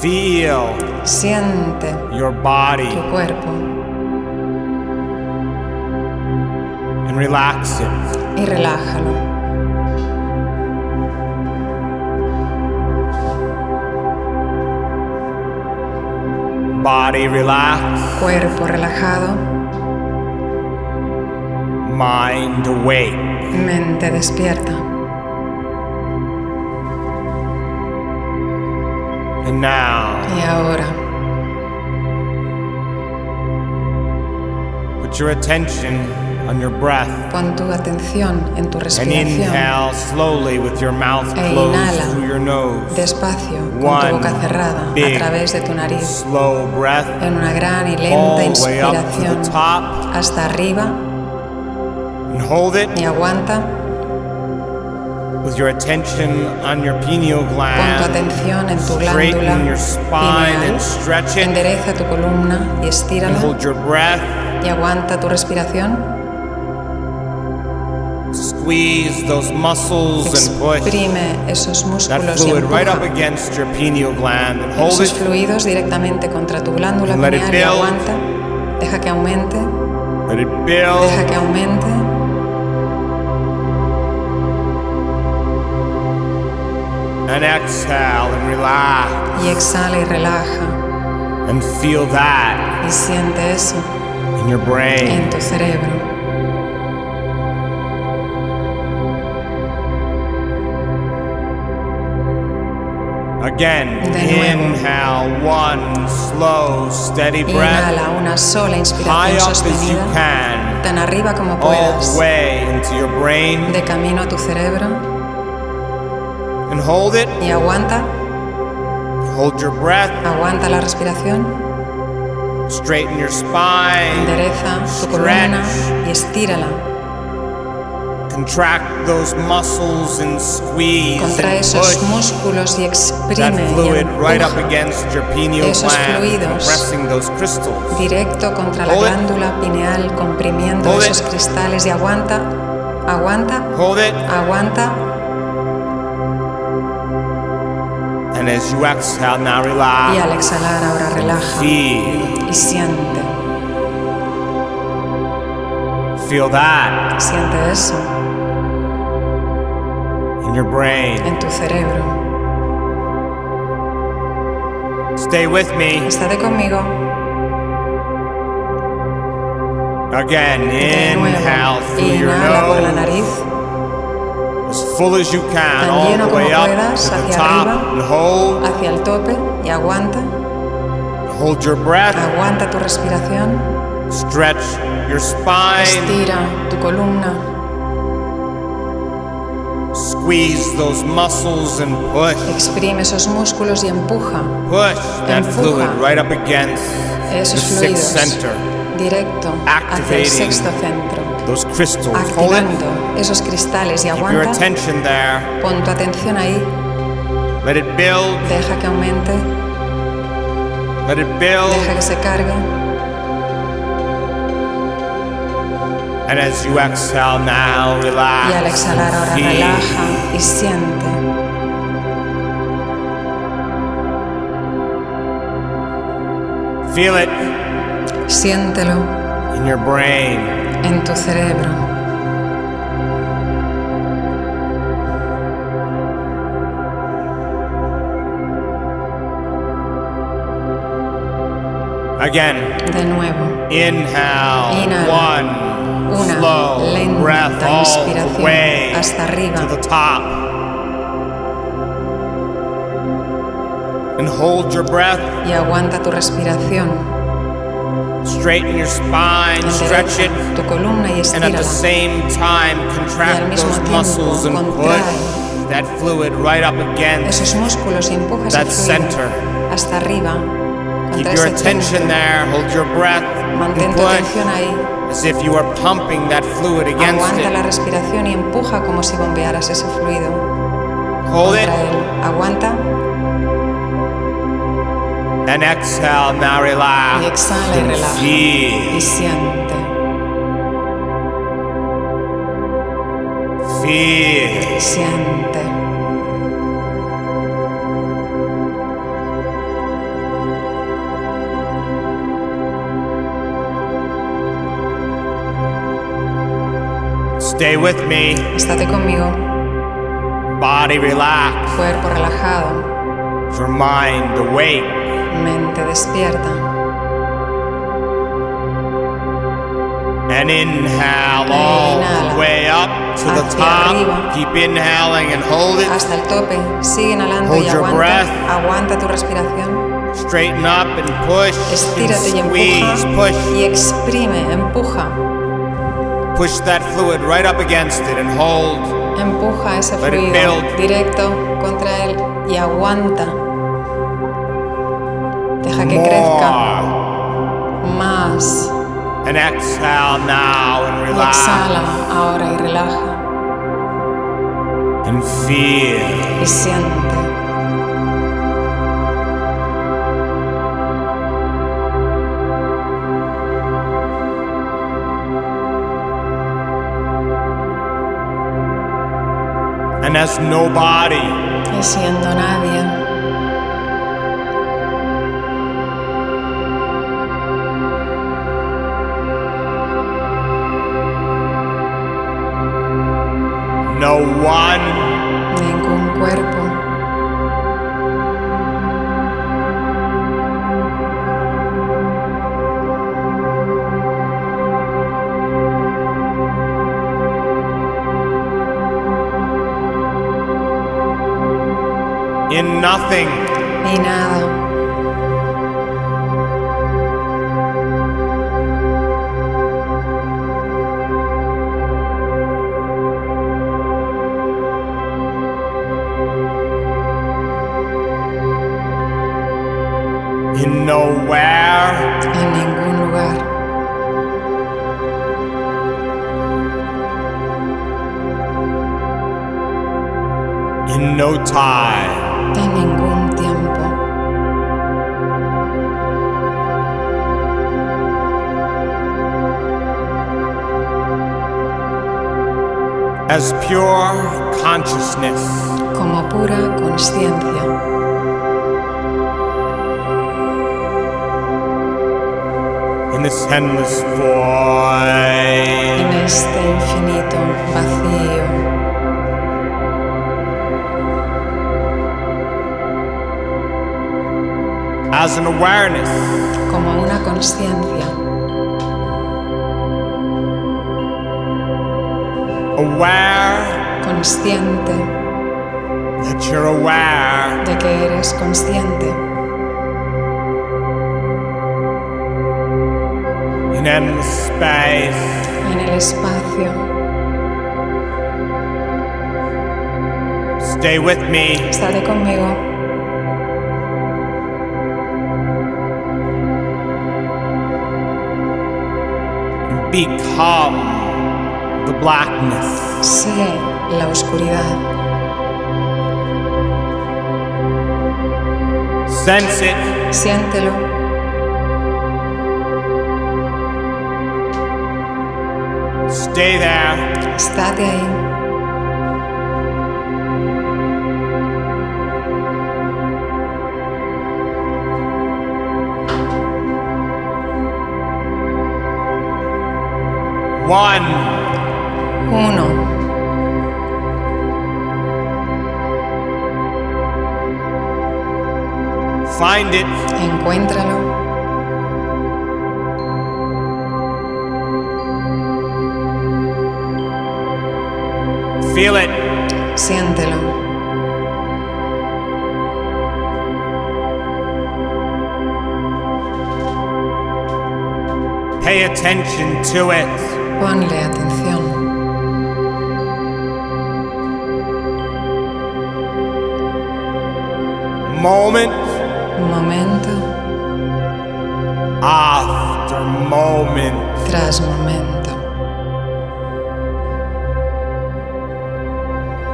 Speaker 1: feel
Speaker 3: siente
Speaker 1: your
Speaker 3: tu
Speaker 1: body,
Speaker 3: cuerpo
Speaker 1: and relax it.
Speaker 3: y relájalo.
Speaker 1: Body relaxed,
Speaker 3: Cuerpo relajado,
Speaker 1: mind awake.
Speaker 3: mente despierta.
Speaker 1: And now,
Speaker 3: Y ahora
Speaker 1: put your attention on your breath.
Speaker 3: pon tu atención en tu
Speaker 1: And
Speaker 3: respiración.
Speaker 1: inhale slowly with your mouth
Speaker 3: E inhala.
Speaker 1: closed through your nose.
Speaker 3: Despacio, con
Speaker 1: One
Speaker 3: tu boca cerrada,
Speaker 1: big
Speaker 3: a través de tu nariz,
Speaker 1: Slow breath
Speaker 3: en una gran y
Speaker 1: all
Speaker 3: lenta
Speaker 1: the way up to
Speaker 3: inspiración
Speaker 1: the top.
Speaker 3: hasta arriba
Speaker 1: And hold it
Speaker 3: y aguanta.
Speaker 1: with your attention on your pineal
Speaker 3: Pon tu
Speaker 1: gland.
Speaker 3: atención en tu glándula
Speaker 1: Straighten your spine
Speaker 3: pineal.
Speaker 1: and stretch it.
Speaker 3: Endereza tu columna y
Speaker 1: And
Speaker 3: estírala
Speaker 1: hold your breath.
Speaker 3: y aguanta tu respiración.
Speaker 1: Squeeze those muscles and push
Speaker 3: Exprime esos
Speaker 1: pues. that
Speaker 3: músculos y
Speaker 1: fluid right up
Speaker 3: empuja
Speaker 1: against your pineal gland. And hold
Speaker 3: esos
Speaker 1: it.
Speaker 3: fluidos directamente contra tu glándula
Speaker 1: Let it
Speaker 3: pineal y
Speaker 1: build.
Speaker 3: aguanta. Deja que aumente,
Speaker 1: Let it build.
Speaker 3: deja que aumente.
Speaker 1: And exhale and relax.
Speaker 3: Y exhala y relaja
Speaker 1: And feel that
Speaker 3: y siente eso
Speaker 1: in your brain.
Speaker 3: en tu cerebro.
Speaker 1: Again,
Speaker 3: De nuevo.
Speaker 1: inhale one slow, steady breath,
Speaker 3: Inhala una sola
Speaker 1: high
Speaker 3: inspiración
Speaker 1: up as you
Speaker 3: sostenida,
Speaker 1: can, Oh,
Speaker 3: tan arriba como
Speaker 1: all the
Speaker 3: puedas,
Speaker 1: way into your brain,
Speaker 3: de camino a tu cerebro
Speaker 1: and hold it.
Speaker 3: y aguanta,
Speaker 1: Hold your breath,
Speaker 3: aguanta la respiración,
Speaker 1: straighten your spine,
Speaker 3: endereza
Speaker 1: Stretch.
Speaker 3: tu columna y estírala.
Speaker 1: contract those muscules and squeeze
Speaker 3: Contrae
Speaker 1: and
Speaker 3: esos
Speaker 1: push
Speaker 3: músculos y
Speaker 1: that
Speaker 3: exprime y
Speaker 1: fluid right up
Speaker 3: empuja.
Speaker 1: against your pineal
Speaker 3: Esos
Speaker 1: gland,
Speaker 3: fluidos.
Speaker 1: compressing those crystals.
Speaker 3: directo contra la
Speaker 1: Hold it.
Speaker 3: glándula pineal, comprimiendo
Speaker 1: Hold
Speaker 3: esos
Speaker 1: it.
Speaker 3: cristales y aguanta, aguanta,
Speaker 1: Hold it,
Speaker 3: aguanta
Speaker 1: and as you exhale, now
Speaker 3: y
Speaker 1: relax.
Speaker 3: al exhalar ahora relaja
Speaker 1: Feel,
Speaker 3: y siente,
Speaker 1: feel that
Speaker 3: siente eso
Speaker 1: in your brain.
Speaker 3: en tu cerebro.
Speaker 1: Stay with me.
Speaker 3: Estate conmigo,
Speaker 1: Again,
Speaker 3: de nuevo,
Speaker 1: inhale through your
Speaker 3: inhala por la
Speaker 1: nose
Speaker 3: nariz,
Speaker 1: as full as you can,
Speaker 3: Tan
Speaker 1: all
Speaker 3: lleno
Speaker 1: the
Speaker 3: como
Speaker 1: way up
Speaker 3: puedas,
Speaker 1: to the
Speaker 3: hacia
Speaker 1: top,
Speaker 3: arriba.
Speaker 1: and hold.
Speaker 3: hacia el tope y aguanta,
Speaker 1: Hold your breath,
Speaker 3: aguanta tu respiración,
Speaker 1: stretch your spine,
Speaker 3: estira tu columna,
Speaker 1: squeeze those muscles, and push,
Speaker 3: exprime esos músculos y empuja
Speaker 1: push that
Speaker 3: Empuja.
Speaker 1: fluid right up against the
Speaker 3: esos
Speaker 1: sixth
Speaker 3: fluidos
Speaker 1: center,
Speaker 3: directo hacia
Speaker 1: Activating.
Speaker 3: el sexto centro.
Speaker 1: those crystals. Hold it.
Speaker 3: activando esos cristales y
Speaker 1: Keep your
Speaker 3: aguanta.
Speaker 1: attention there.
Speaker 3: Pon tu atención ahí,
Speaker 1: Let it build,
Speaker 3: deja que aumente,
Speaker 1: let it build,
Speaker 3: deja que se cargue
Speaker 1: and as you exhale, now relax.
Speaker 3: y al exhalar ahora
Speaker 1: Feel
Speaker 3: relaja y siente,
Speaker 1: Feel it
Speaker 3: siéntelo
Speaker 1: in your brain.
Speaker 3: en tu cerebro.
Speaker 1: Again.
Speaker 3: De nuevo,
Speaker 1: Inhale,
Speaker 3: Inhala.
Speaker 1: one
Speaker 3: Una
Speaker 1: slow
Speaker 3: lenta
Speaker 1: breath all the
Speaker 3: inspiración
Speaker 1: way
Speaker 3: hasta arriba.
Speaker 1: to the top. And hold your breath,
Speaker 3: y aguanta tu respiración,
Speaker 1: straighten your spine, stretch it,
Speaker 3: endereza tu columna y
Speaker 1: and at the
Speaker 3: estírala.
Speaker 1: same time
Speaker 3: Y al
Speaker 1: contract
Speaker 3: mismo
Speaker 1: those muscles
Speaker 3: tiempo
Speaker 1: and
Speaker 3: contrae
Speaker 1: push that fluid right up against.
Speaker 3: esos músculos y empujas el
Speaker 1: That
Speaker 3: fluido
Speaker 1: center.
Speaker 3: hasta arriba.
Speaker 1: Keep
Speaker 3: Contra
Speaker 1: your
Speaker 3: ese centro.
Speaker 1: attention there, hold your breath,
Speaker 3: Mantén
Speaker 1: and
Speaker 3: tu
Speaker 1: push
Speaker 3: atención ahí.
Speaker 1: as if you are pumping that fluid against
Speaker 3: Aguanta la
Speaker 1: it.
Speaker 3: respiración y empuja como si bombearas ese fluido.
Speaker 1: Hold it,
Speaker 3: Contra él. Aguanta
Speaker 1: and exhale. Now relax.
Speaker 3: y exhala y relaja. Y
Speaker 1: Feel,
Speaker 3: siente,
Speaker 1: feel.
Speaker 3: siente.
Speaker 1: Stay with me.
Speaker 3: Estate conmigo,
Speaker 1: Body relaxed,
Speaker 3: cuerpo relajado,
Speaker 1: your mind awake.
Speaker 3: mente despierta.
Speaker 1: And inhale all
Speaker 3: Inhala.
Speaker 1: the way up to the
Speaker 3: Hacia arriba.
Speaker 1: top. Keep inhaling and hold it.
Speaker 3: Hasta el tope, sigue inhalando
Speaker 1: Hold
Speaker 3: y
Speaker 1: your breath.
Speaker 3: aguanta. Aguanta tu respiración.
Speaker 1: Straighten up and push. And
Speaker 3: Estírate y
Speaker 1: squeeze,
Speaker 3: empuja.
Speaker 1: push.
Speaker 3: Y exprime, empuja.
Speaker 1: Push that fluid right up against it and hold.
Speaker 3: Empuja ese
Speaker 1: Let it
Speaker 3: fluido
Speaker 1: build.
Speaker 3: directo contra él y aguanta. Deja que crezca
Speaker 1: More.
Speaker 3: más.
Speaker 1: And exhale now and
Speaker 3: Y
Speaker 1: relax.
Speaker 3: exhala ahora y relaja.
Speaker 1: And feel.
Speaker 3: Y siente.
Speaker 1: And as nobody,
Speaker 3: Y siendo nadie,
Speaker 1: no one,
Speaker 3: ningún cuerpo,
Speaker 1: in nothing,
Speaker 3: ni nada.
Speaker 1: in nowhere,
Speaker 3: En ningún lugar.
Speaker 1: in no time.
Speaker 3: En ningún tiempo.
Speaker 1: As pure consciousness.
Speaker 3: Como pura consciencia.
Speaker 1: in this endless
Speaker 3: En
Speaker 1: void.
Speaker 3: este infinito vacío.
Speaker 1: As an awareness,
Speaker 3: Como una consciencia.
Speaker 1: aware
Speaker 3: Consciente
Speaker 1: that you're aware,
Speaker 3: de que eres consciente.
Speaker 1: in endless space,
Speaker 3: En el espacio.
Speaker 1: stay with me.
Speaker 3: Estate conmigo.
Speaker 1: Become the blackness.
Speaker 3: Sé la oscuridad.
Speaker 1: Sense it,
Speaker 3: Siéntelo.
Speaker 1: stay there,
Speaker 3: Estate ahí.
Speaker 1: one
Speaker 3: Uno.
Speaker 1: find it,
Speaker 3: Encuéntralo.
Speaker 1: feel it,
Speaker 3: Siéntelo.
Speaker 1: pay attention to it,
Speaker 3: Ponle atención.
Speaker 1: moment
Speaker 3: momento
Speaker 1: after moment.
Speaker 3: tras momento.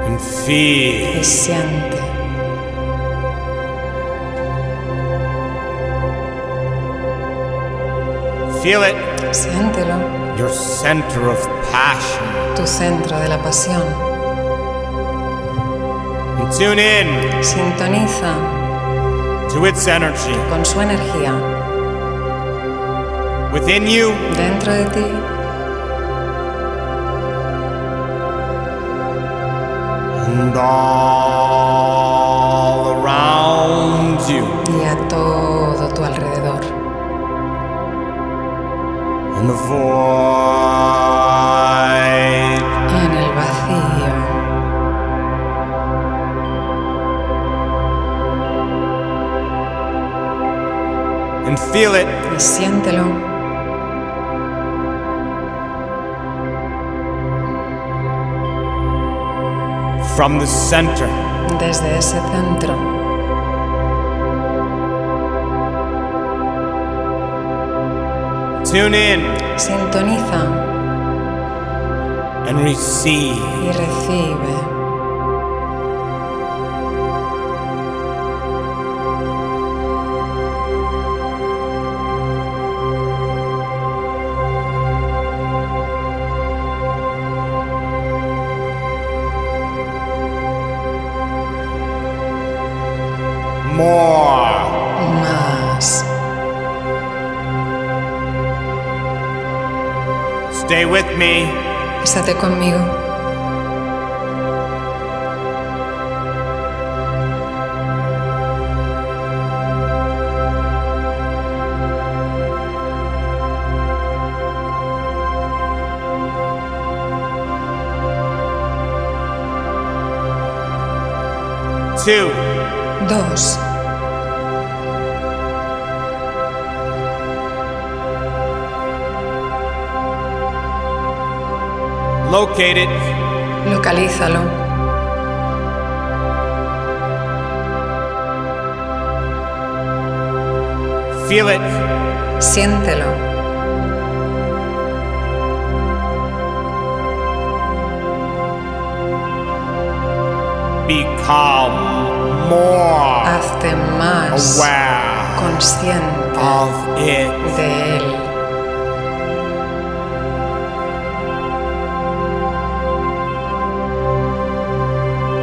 Speaker 1: And feel
Speaker 3: Y siente
Speaker 1: feel it,
Speaker 3: siéntelo
Speaker 1: your center of passion.
Speaker 3: tu centro de la pasión.
Speaker 1: And tune in
Speaker 3: Sintoniza
Speaker 1: to its energy
Speaker 3: con su energía
Speaker 1: within you
Speaker 3: dentro de ti
Speaker 1: and all around you.
Speaker 3: y a todo tu alrededor.
Speaker 1: And the void
Speaker 3: En el vacío
Speaker 1: and feel it,
Speaker 3: y siéntelo
Speaker 1: from the center
Speaker 3: desde ese centro
Speaker 1: tune in
Speaker 3: sintoniza
Speaker 1: and receive
Speaker 3: y recibe
Speaker 1: more
Speaker 3: más.
Speaker 1: stay with me
Speaker 3: Estate conmigo
Speaker 1: two
Speaker 3: dos
Speaker 1: locate it
Speaker 3: Localízalo
Speaker 1: feel it
Speaker 3: Siéntelo
Speaker 1: become more
Speaker 3: Hazte
Speaker 1: Oh,
Speaker 3: más
Speaker 1: aware
Speaker 3: consciente
Speaker 1: of it
Speaker 3: de él.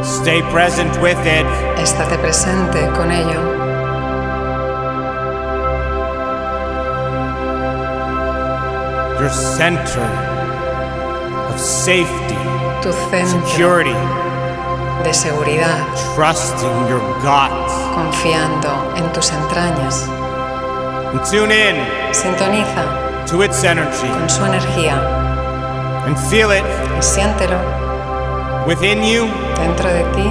Speaker 1: stay present with it
Speaker 3: Estate presente con ello.
Speaker 1: your center of safety
Speaker 3: Tu centro
Speaker 1: security
Speaker 3: de seguridad,
Speaker 1: trusting your guts
Speaker 3: confiando en tus entrañas.
Speaker 1: and tune in
Speaker 3: Sintoniza
Speaker 1: to its energy
Speaker 3: con su energía
Speaker 1: and feel it
Speaker 3: y siéntelo
Speaker 1: within you
Speaker 3: dentro de ti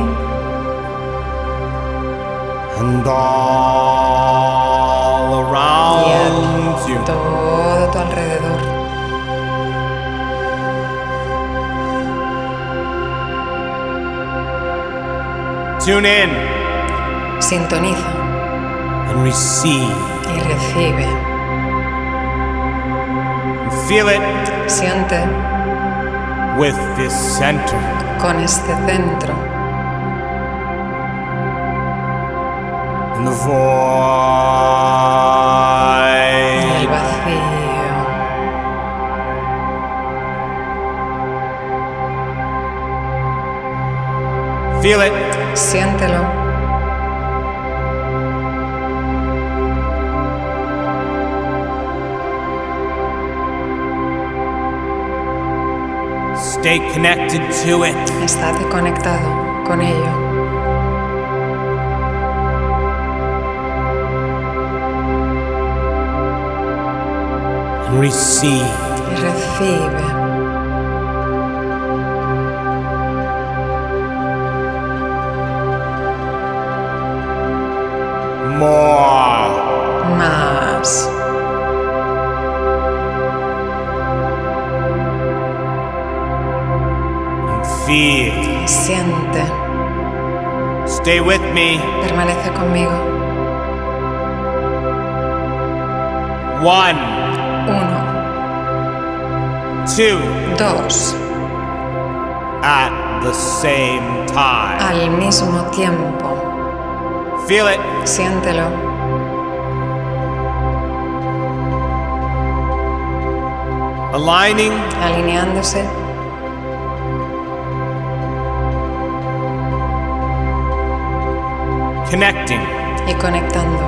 Speaker 1: and all around Oh, you.
Speaker 3: todo tu alrededor.
Speaker 1: Tune in
Speaker 3: Sintoniza
Speaker 1: and receive.
Speaker 3: y recibe.
Speaker 1: Feel it
Speaker 3: Siente
Speaker 1: with this center
Speaker 3: con este centro
Speaker 1: and the
Speaker 3: en el
Speaker 1: void
Speaker 3: vacío.
Speaker 1: Feel it
Speaker 3: Siéntelo
Speaker 1: stay connected to it
Speaker 3: estate conectado con ello.
Speaker 1: and receive.
Speaker 3: Y recibe
Speaker 1: More
Speaker 3: más.
Speaker 1: and feel.
Speaker 3: Siente
Speaker 1: Stay with me.
Speaker 3: Permanece conmigo.
Speaker 1: One,
Speaker 3: Uno,
Speaker 1: two,
Speaker 3: dos,
Speaker 1: at the same time.
Speaker 3: al mismo tiempo.
Speaker 1: Feel it.
Speaker 3: Siéntelo.
Speaker 1: Aligning,
Speaker 3: Alineándose,
Speaker 1: connecting.
Speaker 3: y conectando.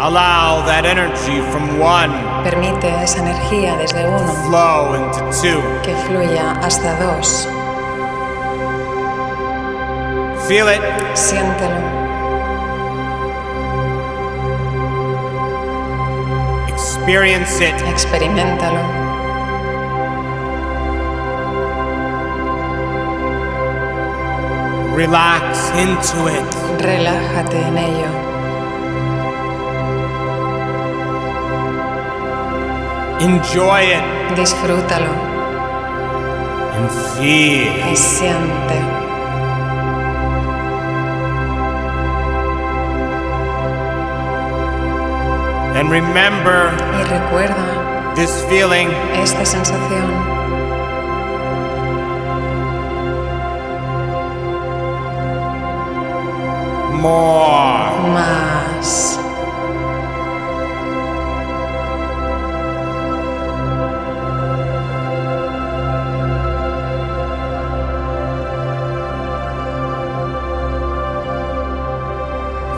Speaker 1: Allow that energy from one
Speaker 3: Permite a esa energía desde uno
Speaker 1: flow into two.
Speaker 3: que fluya hasta dos.
Speaker 1: Feel it.
Speaker 3: Siéntelo.
Speaker 1: Experience it.
Speaker 3: Experimentalo.
Speaker 1: Relax into it.
Speaker 3: Relájate en ello.
Speaker 1: Enjoy it
Speaker 3: Disfrútalo.
Speaker 1: and feel.
Speaker 3: Y siente.
Speaker 1: And remember
Speaker 3: Y recuerda
Speaker 1: this feeling
Speaker 3: esta sensación
Speaker 1: more.
Speaker 3: más.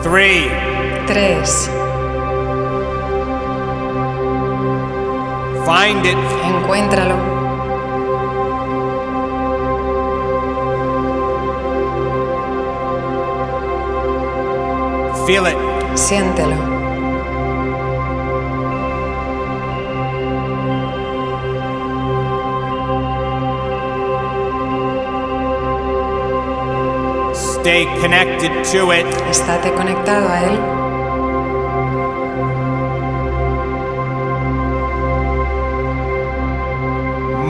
Speaker 1: Three,
Speaker 3: Tres.
Speaker 1: find it.
Speaker 3: Encuéntralo.
Speaker 1: Feel it.
Speaker 3: Siéntelo.
Speaker 1: Stay connected to it.
Speaker 3: Estate conectado a él.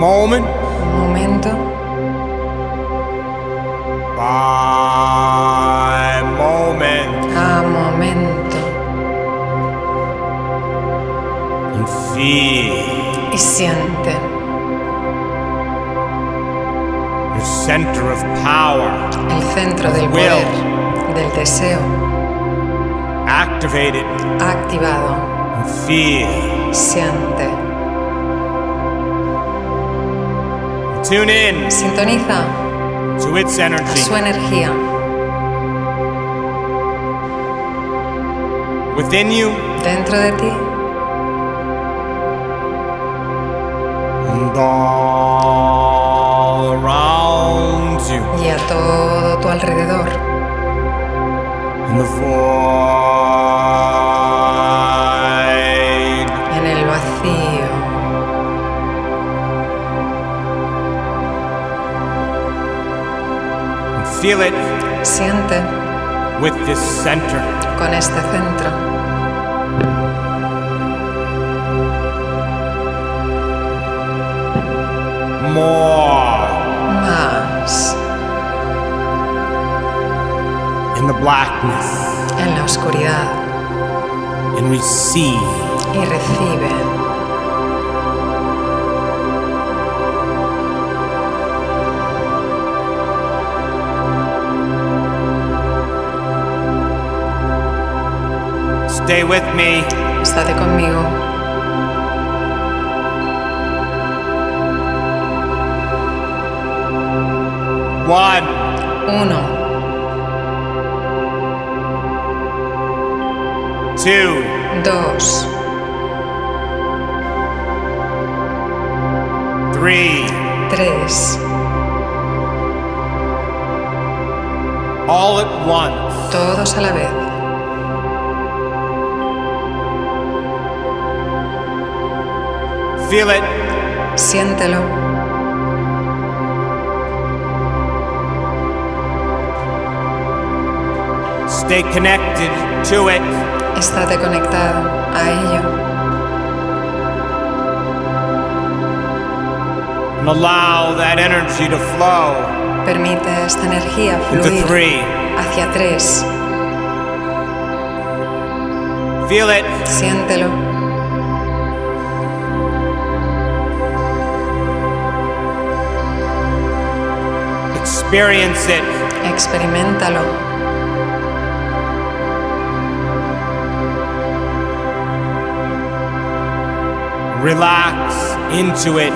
Speaker 1: Moment
Speaker 3: Un momento
Speaker 1: by moment
Speaker 3: a momento.
Speaker 1: and feel
Speaker 3: Y siente
Speaker 1: your center of power.
Speaker 3: el centro del poder, del deseo
Speaker 1: Activate it
Speaker 3: activado.
Speaker 1: and feel.
Speaker 3: Siente.
Speaker 1: Tune in
Speaker 3: Sintoniza
Speaker 1: to its
Speaker 3: a
Speaker 1: energy.
Speaker 3: su energía
Speaker 1: Within you
Speaker 3: dentro de ti
Speaker 1: and all around you
Speaker 3: y a todo tu alrededor.
Speaker 1: in the void
Speaker 3: En el vacío.
Speaker 1: feel it
Speaker 3: Siente
Speaker 1: with this center
Speaker 3: con este centro.
Speaker 1: more
Speaker 3: Más
Speaker 1: in the blackness
Speaker 3: en la oscuridad.
Speaker 1: and receive
Speaker 3: Y recibe
Speaker 1: stay with me
Speaker 3: Estate conmigo.
Speaker 1: one
Speaker 3: Uno,
Speaker 1: two
Speaker 3: dos,
Speaker 1: three
Speaker 3: tres,
Speaker 1: all at once
Speaker 3: todos a la vez.
Speaker 1: feel it
Speaker 3: Siéntelo.
Speaker 1: stay connected to it
Speaker 3: Estate conectado a ello.
Speaker 1: and allow that energy to flow
Speaker 3: Permite esta energía
Speaker 1: into
Speaker 3: fluir
Speaker 1: three.
Speaker 3: hacia tres.
Speaker 1: Feel it.
Speaker 3: Siéntelo.
Speaker 1: Experience it.
Speaker 3: Experimentalo.
Speaker 1: Relax into it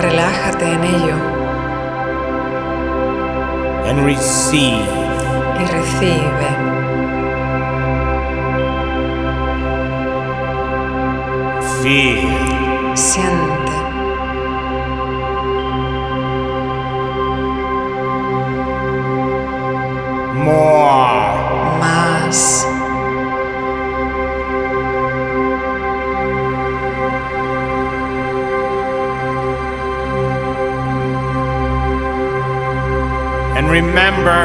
Speaker 3: Relájate en ello
Speaker 1: and receive.
Speaker 3: y recibe.
Speaker 1: Feel.
Speaker 3: Siente.
Speaker 1: More.
Speaker 3: Más.
Speaker 1: And remember,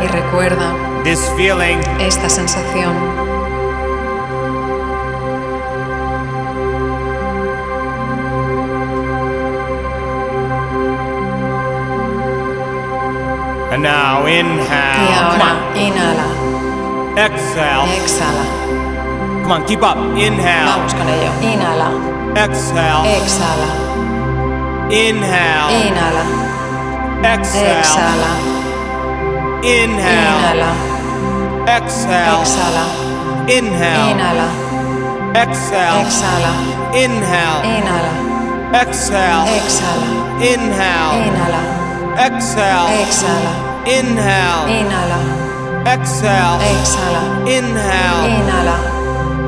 Speaker 3: Y recuerda,
Speaker 1: this feeling
Speaker 3: esta sensación
Speaker 1: And now
Speaker 3: Y
Speaker 1: inhale. Come
Speaker 3: ahora inhala
Speaker 1: on. Exhale.
Speaker 3: y exhala.
Speaker 1: Come on, keep up. Inhale.
Speaker 3: Vamos con ello. Inhala,
Speaker 1: Exhale.
Speaker 3: exhala,
Speaker 1: Inhale.
Speaker 3: inhala,
Speaker 1: Exhale.
Speaker 3: exhala,
Speaker 1: Inhale.
Speaker 3: inhala,
Speaker 1: Exhale.
Speaker 3: exhala,
Speaker 1: Inhale.
Speaker 3: inhala,
Speaker 1: Exhale.
Speaker 3: exhala,
Speaker 1: Inhale.
Speaker 3: inhala,
Speaker 1: Exhale.
Speaker 3: exhala,
Speaker 1: Inhale.
Speaker 3: inhala,
Speaker 1: Exhale.
Speaker 3: exhala,
Speaker 1: Inhale.
Speaker 3: inhala,
Speaker 1: Exhale.
Speaker 3: exhala,
Speaker 1: Inhale.
Speaker 3: inhala,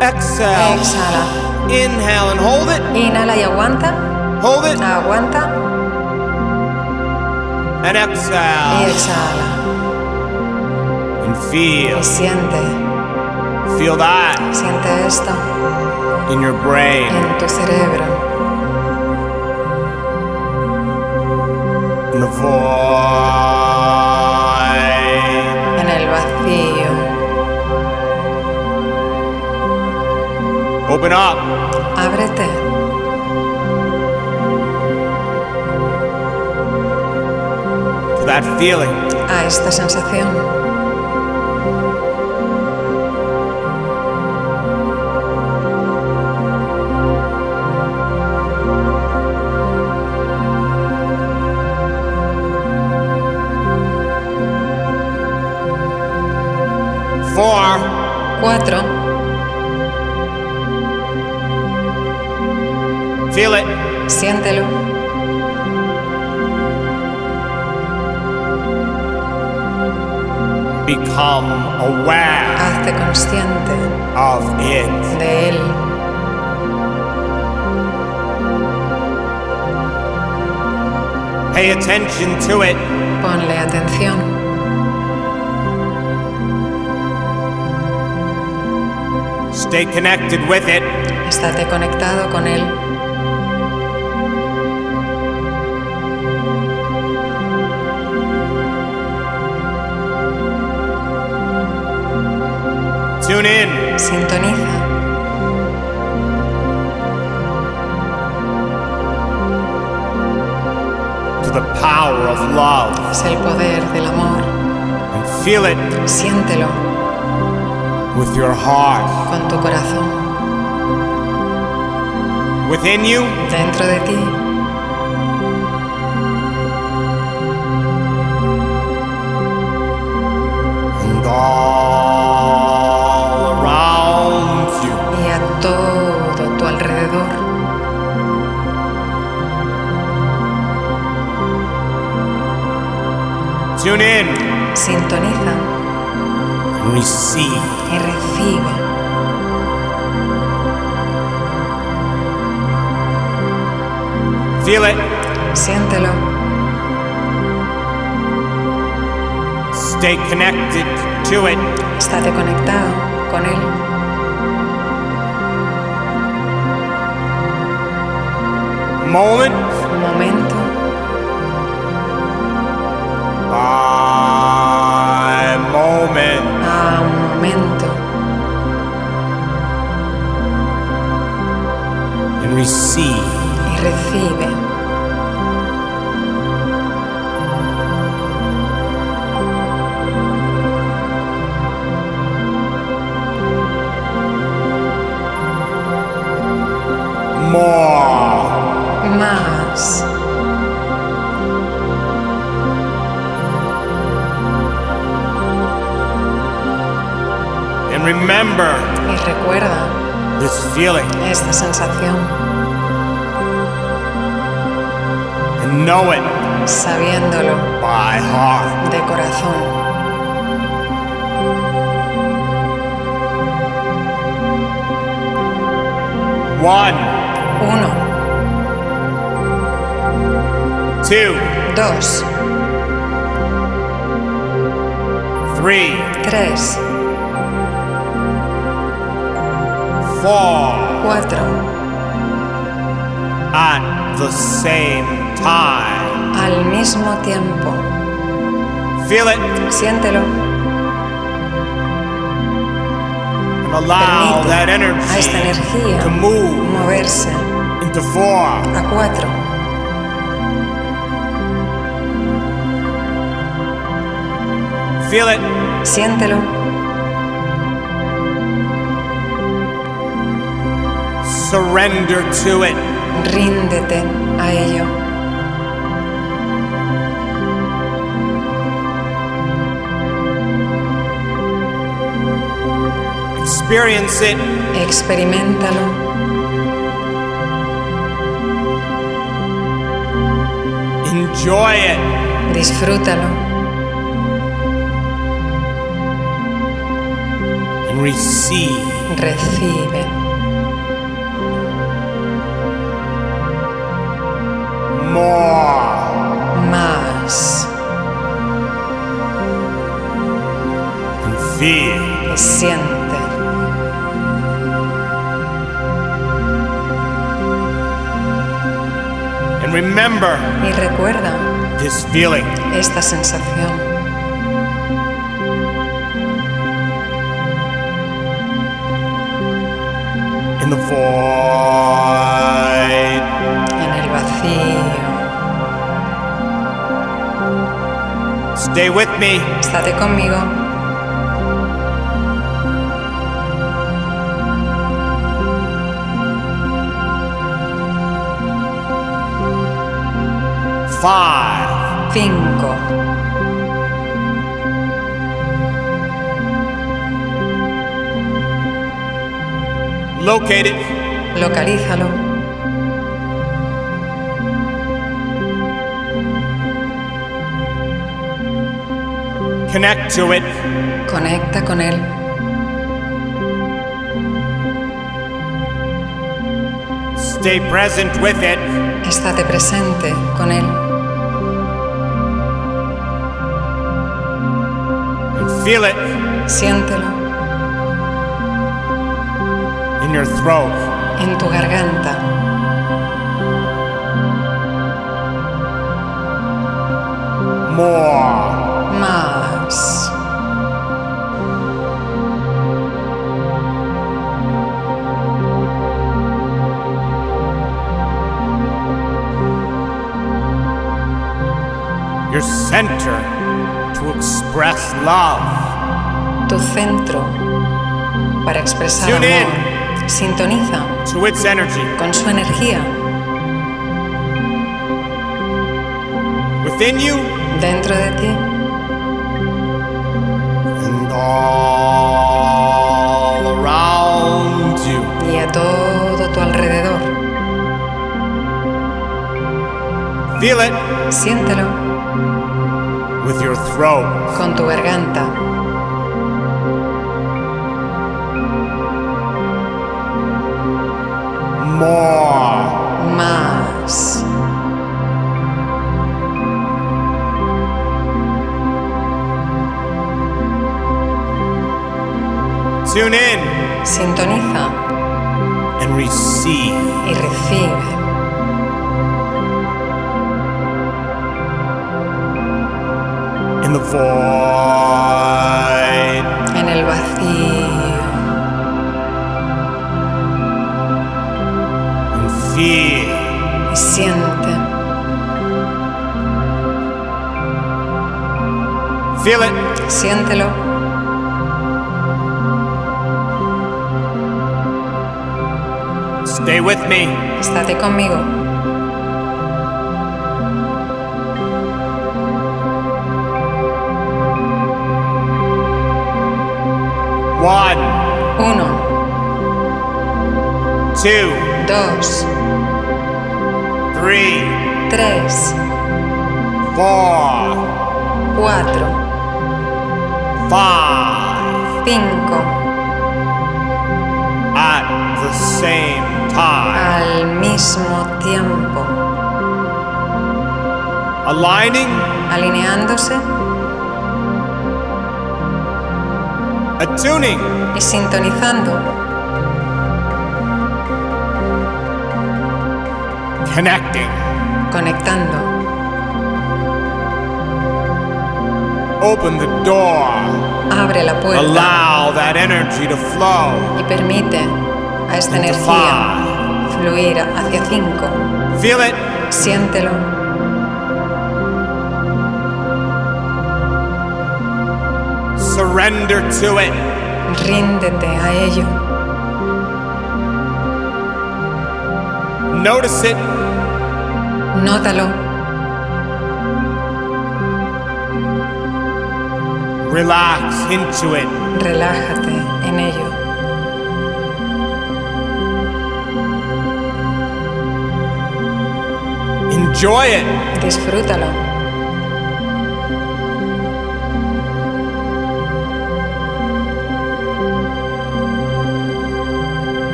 Speaker 1: Exhale.
Speaker 3: exhala.
Speaker 1: Inhale and hold it.
Speaker 3: Inhala y aguanta,
Speaker 1: Hold it
Speaker 3: aguanta
Speaker 1: and
Speaker 3: y
Speaker 1: exhale.
Speaker 3: exhala.
Speaker 1: And
Speaker 3: Y
Speaker 1: feel.
Speaker 3: siente,
Speaker 1: Feel that.
Speaker 3: siente esto
Speaker 1: in your brain,
Speaker 3: en tu cerebro,
Speaker 1: in the void,
Speaker 3: en el vacío.
Speaker 1: open up
Speaker 3: Ábrete
Speaker 1: to that feeling,
Speaker 3: a esta sensación.
Speaker 1: four,
Speaker 3: 4.
Speaker 1: feel it,
Speaker 3: Siéntelo.
Speaker 1: become aware
Speaker 3: Hazte consciente
Speaker 1: of it,
Speaker 3: de él.
Speaker 1: pay attention to it,
Speaker 3: Ponle atención.
Speaker 1: stay connected with it,
Speaker 3: Estate conectado con él.
Speaker 1: tune in,
Speaker 3: Sintoniza.
Speaker 1: to the power of love,
Speaker 3: Es el poder del amor.
Speaker 1: and feel it
Speaker 3: Siéntelo
Speaker 1: with your heart,
Speaker 3: con tu corazón.
Speaker 1: within you,
Speaker 3: Dentro de ti
Speaker 1: and all around you.
Speaker 3: y a todo tu alrededor.
Speaker 1: Tune in
Speaker 3: Sintoniza
Speaker 1: and receive
Speaker 3: y recibe.
Speaker 1: feel it
Speaker 3: Siéntelo.
Speaker 1: Stay connected to it.
Speaker 3: Estate conectado con él.
Speaker 1: Moment
Speaker 3: Un momento
Speaker 1: by moment,
Speaker 3: a un momento
Speaker 1: and receive
Speaker 3: y recibe.
Speaker 1: And remember
Speaker 3: y recuerda
Speaker 1: this feeling
Speaker 3: esta sensación
Speaker 1: and know it
Speaker 3: sabiéndolo
Speaker 1: by heart.
Speaker 3: de corazón.
Speaker 1: One,
Speaker 3: Uno,
Speaker 1: two,
Speaker 3: dos,
Speaker 1: three,
Speaker 3: tres,
Speaker 1: four.
Speaker 3: cuatro.
Speaker 1: At the same time.
Speaker 3: Al mismo tiempo.
Speaker 1: Feel it
Speaker 3: Siéntelo.
Speaker 1: and allow that
Speaker 3: A
Speaker 1: energy
Speaker 3: esta
Speaker 1: to
Speaker 3: energía
Speaker 1: move
Speaker 3: moverse
Speaker 1: into four,
Speaker 3: a cuatro,
Speaker 1: feel it,
Speaker 3: siéntelo
Speaker 1: surrender to it.
Speaker 3: Ríndete a ello.
Speaker 1: Experience it
Speaker 3: Experimentalo
Speaker 1: Enjoy it.
Speaker 3: disfrútalo
Speaker 1: And receive.
Speaker 3: recibe.
Speaker 1: More.
Speaker 3: Más.
Speaker 1: And feel.
Speaker 3: Y siente.
Speaker 1: And remember
Speaker 3: Y recuerda
Speaker 1: this feeling
Speaker 3: esta sensación
Speaker 1: in the void.
Speaker 3: en el vacío.
Speaker 1: Stay with me.
Speaker 3: Estate conmigo.
Speaker 1: Five,
Speaker 3: Cinco,
Speaker 1: locate it.
Speaker 3: localízalo.
Speaker 1: Connect to it.
Speaker 3: Conecta con él.
Speaker 1: Stay present with it.
Speaker 3: Estate presente con él.
Speaker 1: And feel it
Speaker 3: Siéntelo
Speaker 1: in your throat.
Speaker 3: en tu garganta.
Speaker 1: More.
Speaker 3: Más.
Speaker 1: your center to express love.
Speaker 3: tu centro para expresar
Speaker 1: Tune
Speaker 3: amor. Sintoniza
Speaker 1: To its energy
Speaker 3: con su energía
Speaker 1: within you
Speaker 3: dentro de ti
Speaker 1: and all around you.
Speaker 3: y a todo tu alrededor.
Speaker 1: Feel it
Speaker 3: Siéntelo
Speaker 1: with your throat.
Speaker 3: con tu garganta.
Speaker 1: More.
Speaker 3: Más.
Speaker 1: Tune in
Speaker 3: Sintoniza
Speaker 1: and receive
Speaker 3: y recibe
Speaker 1: in the void.
Speaker 3: en el vacío
Speaker 1: And feel
Speaker 3: y siente.
Speaker 1: feel it
Speaker 3: Siéntelo
Speaker 1: stay with me
Speaker 3: Estate conmigo.
Speaker 1: one two,
Speaker 3: dos,
Speaker 1: three,
Speaker 3: tres,
Speaker 1: four,
Speaker 3: cuatro,
Speaker 1: five
Speaker 3: cinco,
Speaker 1: at the same time.
Speaker 3: al mismo tiempo,
Speaker 1: Aligning,
Speaker 3: alineándose
Speaker 1: attuning,
Speaker 3: y sintonizando,
Speaker 1: connecting,
Speaker 3: conectando.
Speaker 1: open the door,
Speaker 3: Abre la puerta
Speaker 1: allow that energy to flow
Speaker 3: y permite a esta
Speaker 1: into
Speaker 3: energía
Speaker 1: five.
Speaker 3: fluir hacia cinco.
Speaker 1: Feel it,
Speaker 3: Siéntelo,
Speaker 1: surrender to it,
Speaker 3: ríndete a ello,
Speaker 1: notice it,
Speaker 3: nótalo,
Speaker 1: relax into it,
Speaker 3: relájate en ello,
Speaker 1: enjoy it,
Speaker 3: disfrútalo,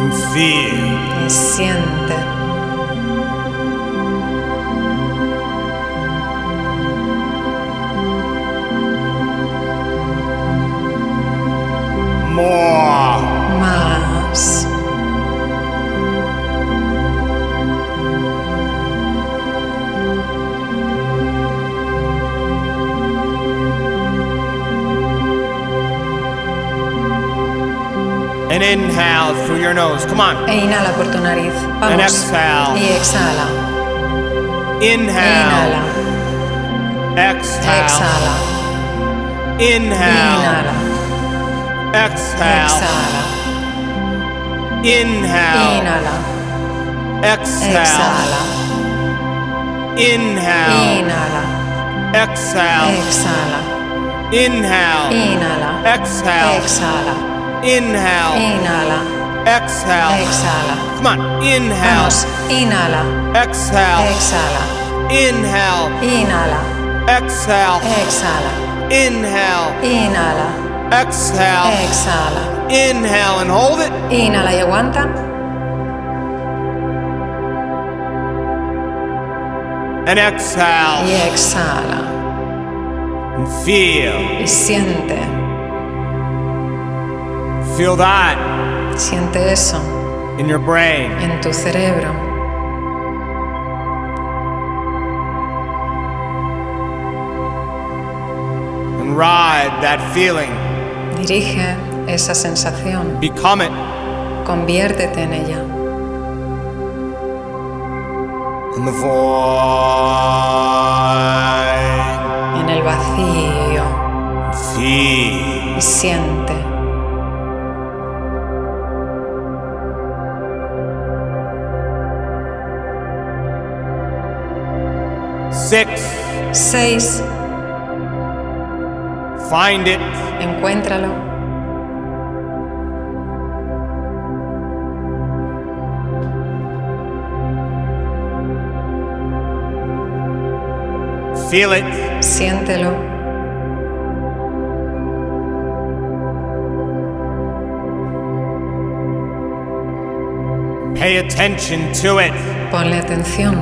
Speaker 1: and feel
Speaker 3: y siente,
Speaker 1: more,
Speaker 3: más,
Speaker 1: and inhale through your nose. Come on,
Speaker 3: e inhala por tu nariz,
Speaker 1: and
Speaker 3: vamos,
Speaker 1: exhale,
Speaker 3: y exhala,
Speaker 1: inhale,
Speaker 3: inhala,
Speaker 1: exhale,
Speaker 3: exhala,
Speaker 1: inhale,
Speaker 3: inhala,
Speaker 1: exhale,
Speaker 3: exhala,
Speaker 1: inhale,
Speaker 3: inhala,
Speaker 1: exhale,
Speaker 3: exhala,
Speaker 1: inhale,
Speaker 3: inhala,
Speaker 1: exhale,
Speaker 3: exhala,
Speaker 1: Eh. inhale,
Speaker 3: inhala,
Speaker 1: Eh. exhale, inhale,
Speaker 3: exhala, inhala,
Speaker 1: exhale.
Speaker 3: exhala.
Speaker 1: Come on, inhale,
Speaker 3: Vamos, inhala,
Speaker 1: exhale,
Speaker 3: exhala,
Speaker 1: inhale,
Speaker 3: inhala,
Speaker 1: exhale,
Speaker 3: exhala,
Speaker 1: inhale,
Speaker 3: inhala,
Speaker 1: exhale.
Speaker 3: exhala.
Speaker 1: Inhale and hold it.
Speaker 3: Inhala y aguanta
Speaker 1: And exhale.
Speaker 3: y exhala.
Speaker 1: And feel.
Speaker 3: Y siente,
Speaker 1: Feel that
Speaker 3: siente eso
Speaker 1: in your brain.
Speaker 3: en tu cerebro.
Speaker 1: And ride that feeling.
Speaker 3: Dirige esa sensación,
Speaker 1: Become it.
Speaker 3: conviértete en ella.
Speaker 1: In the void.
Speaker 3: en el vacío
Speaker 1: Feel.
Speaker 3: y siente,
Speaker 1: Six.
Speaker 3: seis,
Speaker 1: Find it.
Speaker 3: encuéntralo,
Speaker 1: Feel it.
Speaker 3: siéntelo,
Speaker 1: Pay attention to it.
Speaker 3: ponle atención,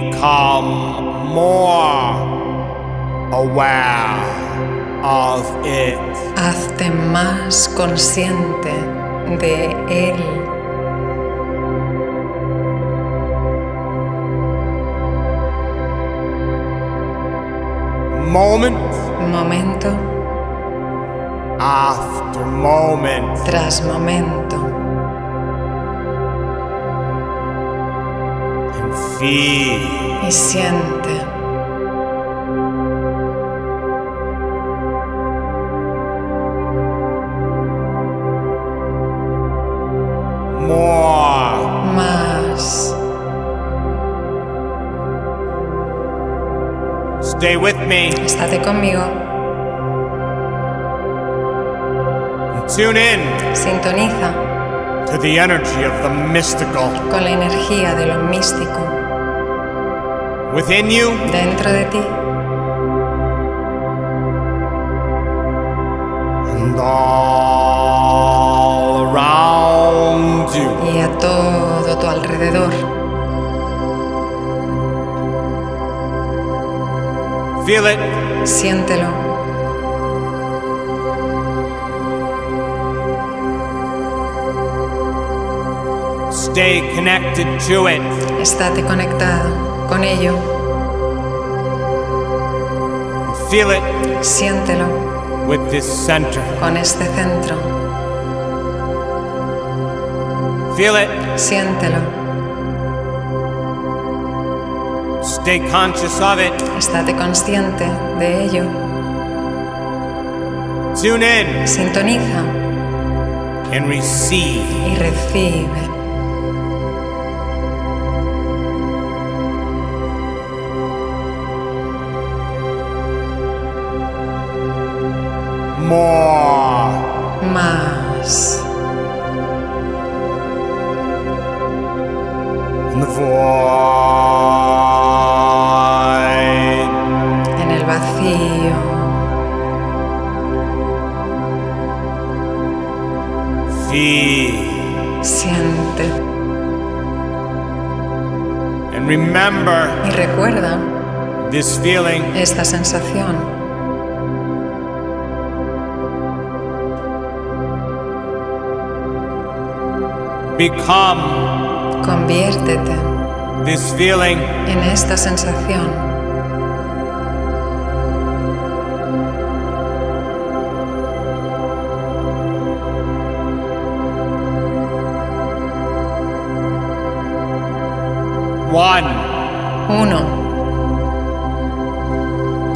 Speaker 1: Become more aware of it.
Speaker 3: hazte más consciente de él,
Speaker 1: Moment
Speaker 3: momento
Speaker 1: after moment.
Speaker 3: tras momento,
Speaker 1: and feel
Speaker 3: y siente,
Speaker 1: more
Speaker 3: más,
Speaker 1: Stay with me
Speaker 3: Estate conmigo,
Speaker 1: and tune in
Speaker 3: sintoniza
Speaker 1: to the energy of the mystical
Speaker 3: con la energía de lo místico
Speaker 1: within you
Speaker 3: dentro de ti
Speaker 1: and all around you.
Speaker 3: y a todo tu alrededor.
Speaker 1: Feel it,
Speaker 3: Siéntelo,
Speaker 1: stay connected to it,
Speaker 3: estate conectado con ello,
Speaker 1: feel it
Speaker 3: siéntelo
Speaker 1: with this center.
Speaker 3: con este centro,
Speaker 1: Feel it,
Speaker 3: siéntelo,
Speaker 1: stay conscious of it,
Speaker 3: estate consciente de ello,
Speaker 1: tune in
Speaker 3: sintoniza
Speaker 1: and receive.
Speaker 3: y recibe.
Speaker 1: More,
Speaker 3: Más
Speaker 1: in the void,
Speaker 3: en el vacío,
Speaker 1: feel,
Speaker 3: siente
Speaker 1: and remember
Speaker 3: y recuerda
Speaker 1: this feeling
Speaker 3: esta sensación
Speaker 1: become.
Speaker 3: Conviértete
Speaker 1: This feeling
Speaker 3: en esta sensación
Speaker 1: one,
Speaker 3: Uno,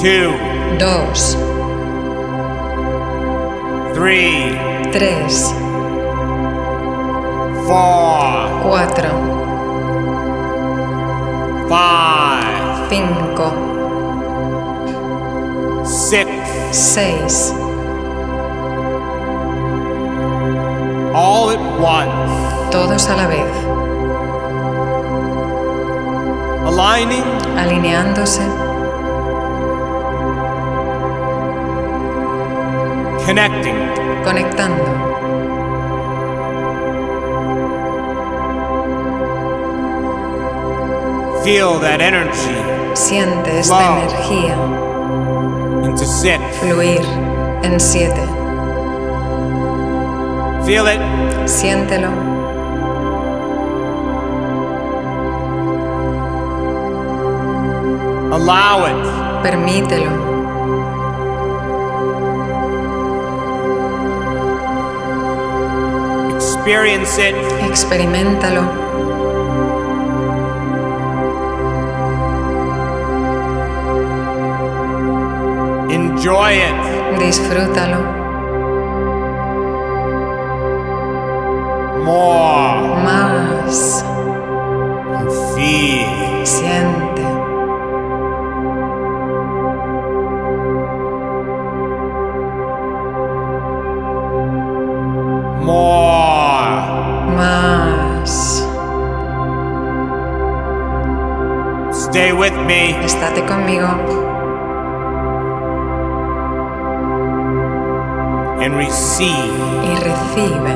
Speaker 1: two,
Speaker 3: dos,
Speaker 1: three,
Speaker 3: tres,
Speaker 1: four,
Speaker 3: cuatro,
Speaker 1: five,
Speaker 3: cinco,
Speaker 1: six,
Speaker 3: seis,
Speaker 1: all at once,
Speaker 3: todos a la vez,
Speaker 1: aligning
Speaker 3: alineándose,
Speaker 1: connecting
Speaker 3: conectando
Speaker 1: feel that energy
Speaker 3: Siente esta
Speaker 1: Wow.
Speaker 3: energía
Speaker 1: into six
Speaker 3: fluir en siete.
Speaker 1: feel it
Speaker 3: Siéntelo,
Speaker 1: allow
Speaker 3: permítelo,
Speaker 1: it experience it
Speaker 3: experimentalo,
Speaker 1: enjoy it
Speaker 3: disfrútalo.
Speaker 1: more
Speaker 3: Más
Speaker 1: feel
Speaker 3: siente,
Speaker 1: more
Speaker 3: más.
Speaker 1: stay with me
Speaker 3: Estate conmigo
Speaker 1: and receive
Speaker 3: y recibe.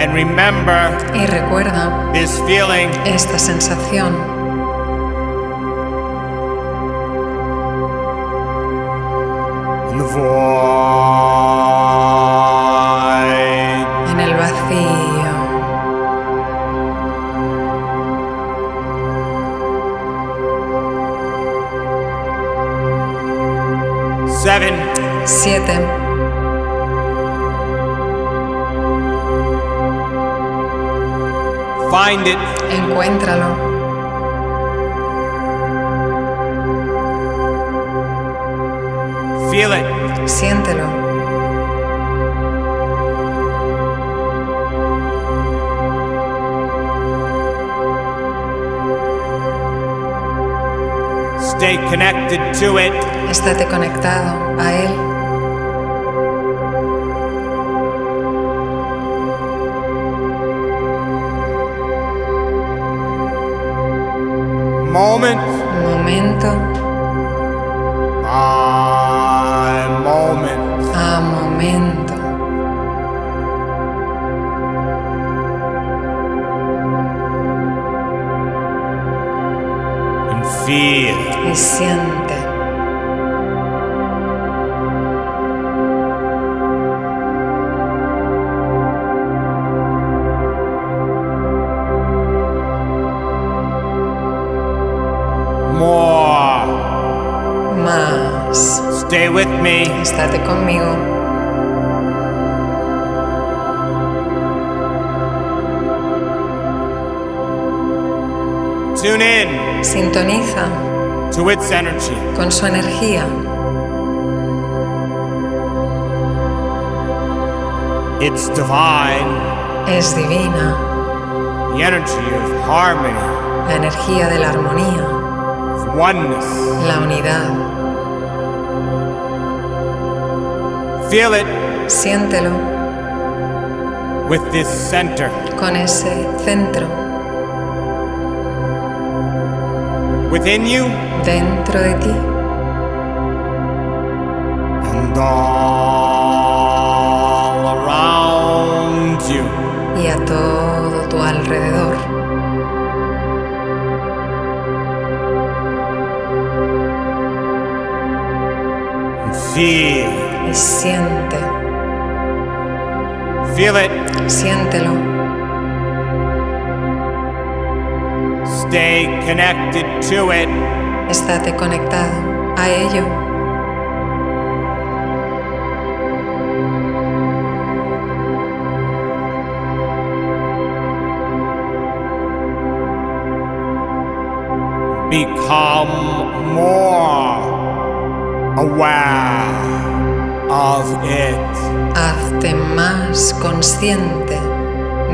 Speaker 1: and remember
Speaker 3: Y recuerda
Speaker 1: this feeling
Speaker 3: esta sensación
Speaker 1: in the void
Speaker 3: en el vacío,
Speaker 1: seven
Speaker 3: siete,
Speaker 1: Find it,
Speaker 3: Encuéntralo,
Speaker 1: feel it,
Speaker 3: siéntelo,
Speaker 1: Stay connected to it.
Speaker 3: Estate conectado a él.
Speaker 1: Moment
Speaker 3: Momento
Speaker 1: by moment.
Speaker 3: a momento.
Speaker 1: And feel
Speaker 3: Y siente
Speaker 1: more.
Speaker 3: más.
Speaker 1: Stay with me.
Speaker 3: Estate conmigo.
Speaker 1: Tune in
Speaker 3: Sintoniza
Speaker 1: to its energy.
Speaker 3: con su energía.
Speaker 1: It's divine.
Speaker 3: Es divina.
Speaker 1: The energy of harmony,
Speaker 3: La energía de la armonía.
Speaker 1: of oneness.
Speaker 3: La unidad.
Speaker 1: Feel it
Speaker 3: Siéntelo
Speaker 1: with this center.
Speaker 3: con ese centro
Speaker 1: Within you
Speaker 3: dentro de ti.
Speaker 1: and all around you.
Speaker 3: y a todo tu alrededor.
Speaker 1: And feel.
Speaker 3: Y siente,
Speaker 1: Feel it.
Speaker 3: siéntelo,
Speaker 1: Stay connected to it.
Speaker 3: estate conectado a ello.
Speaker 1: Become more aware of it.
Speaker 3: Hazte más consciente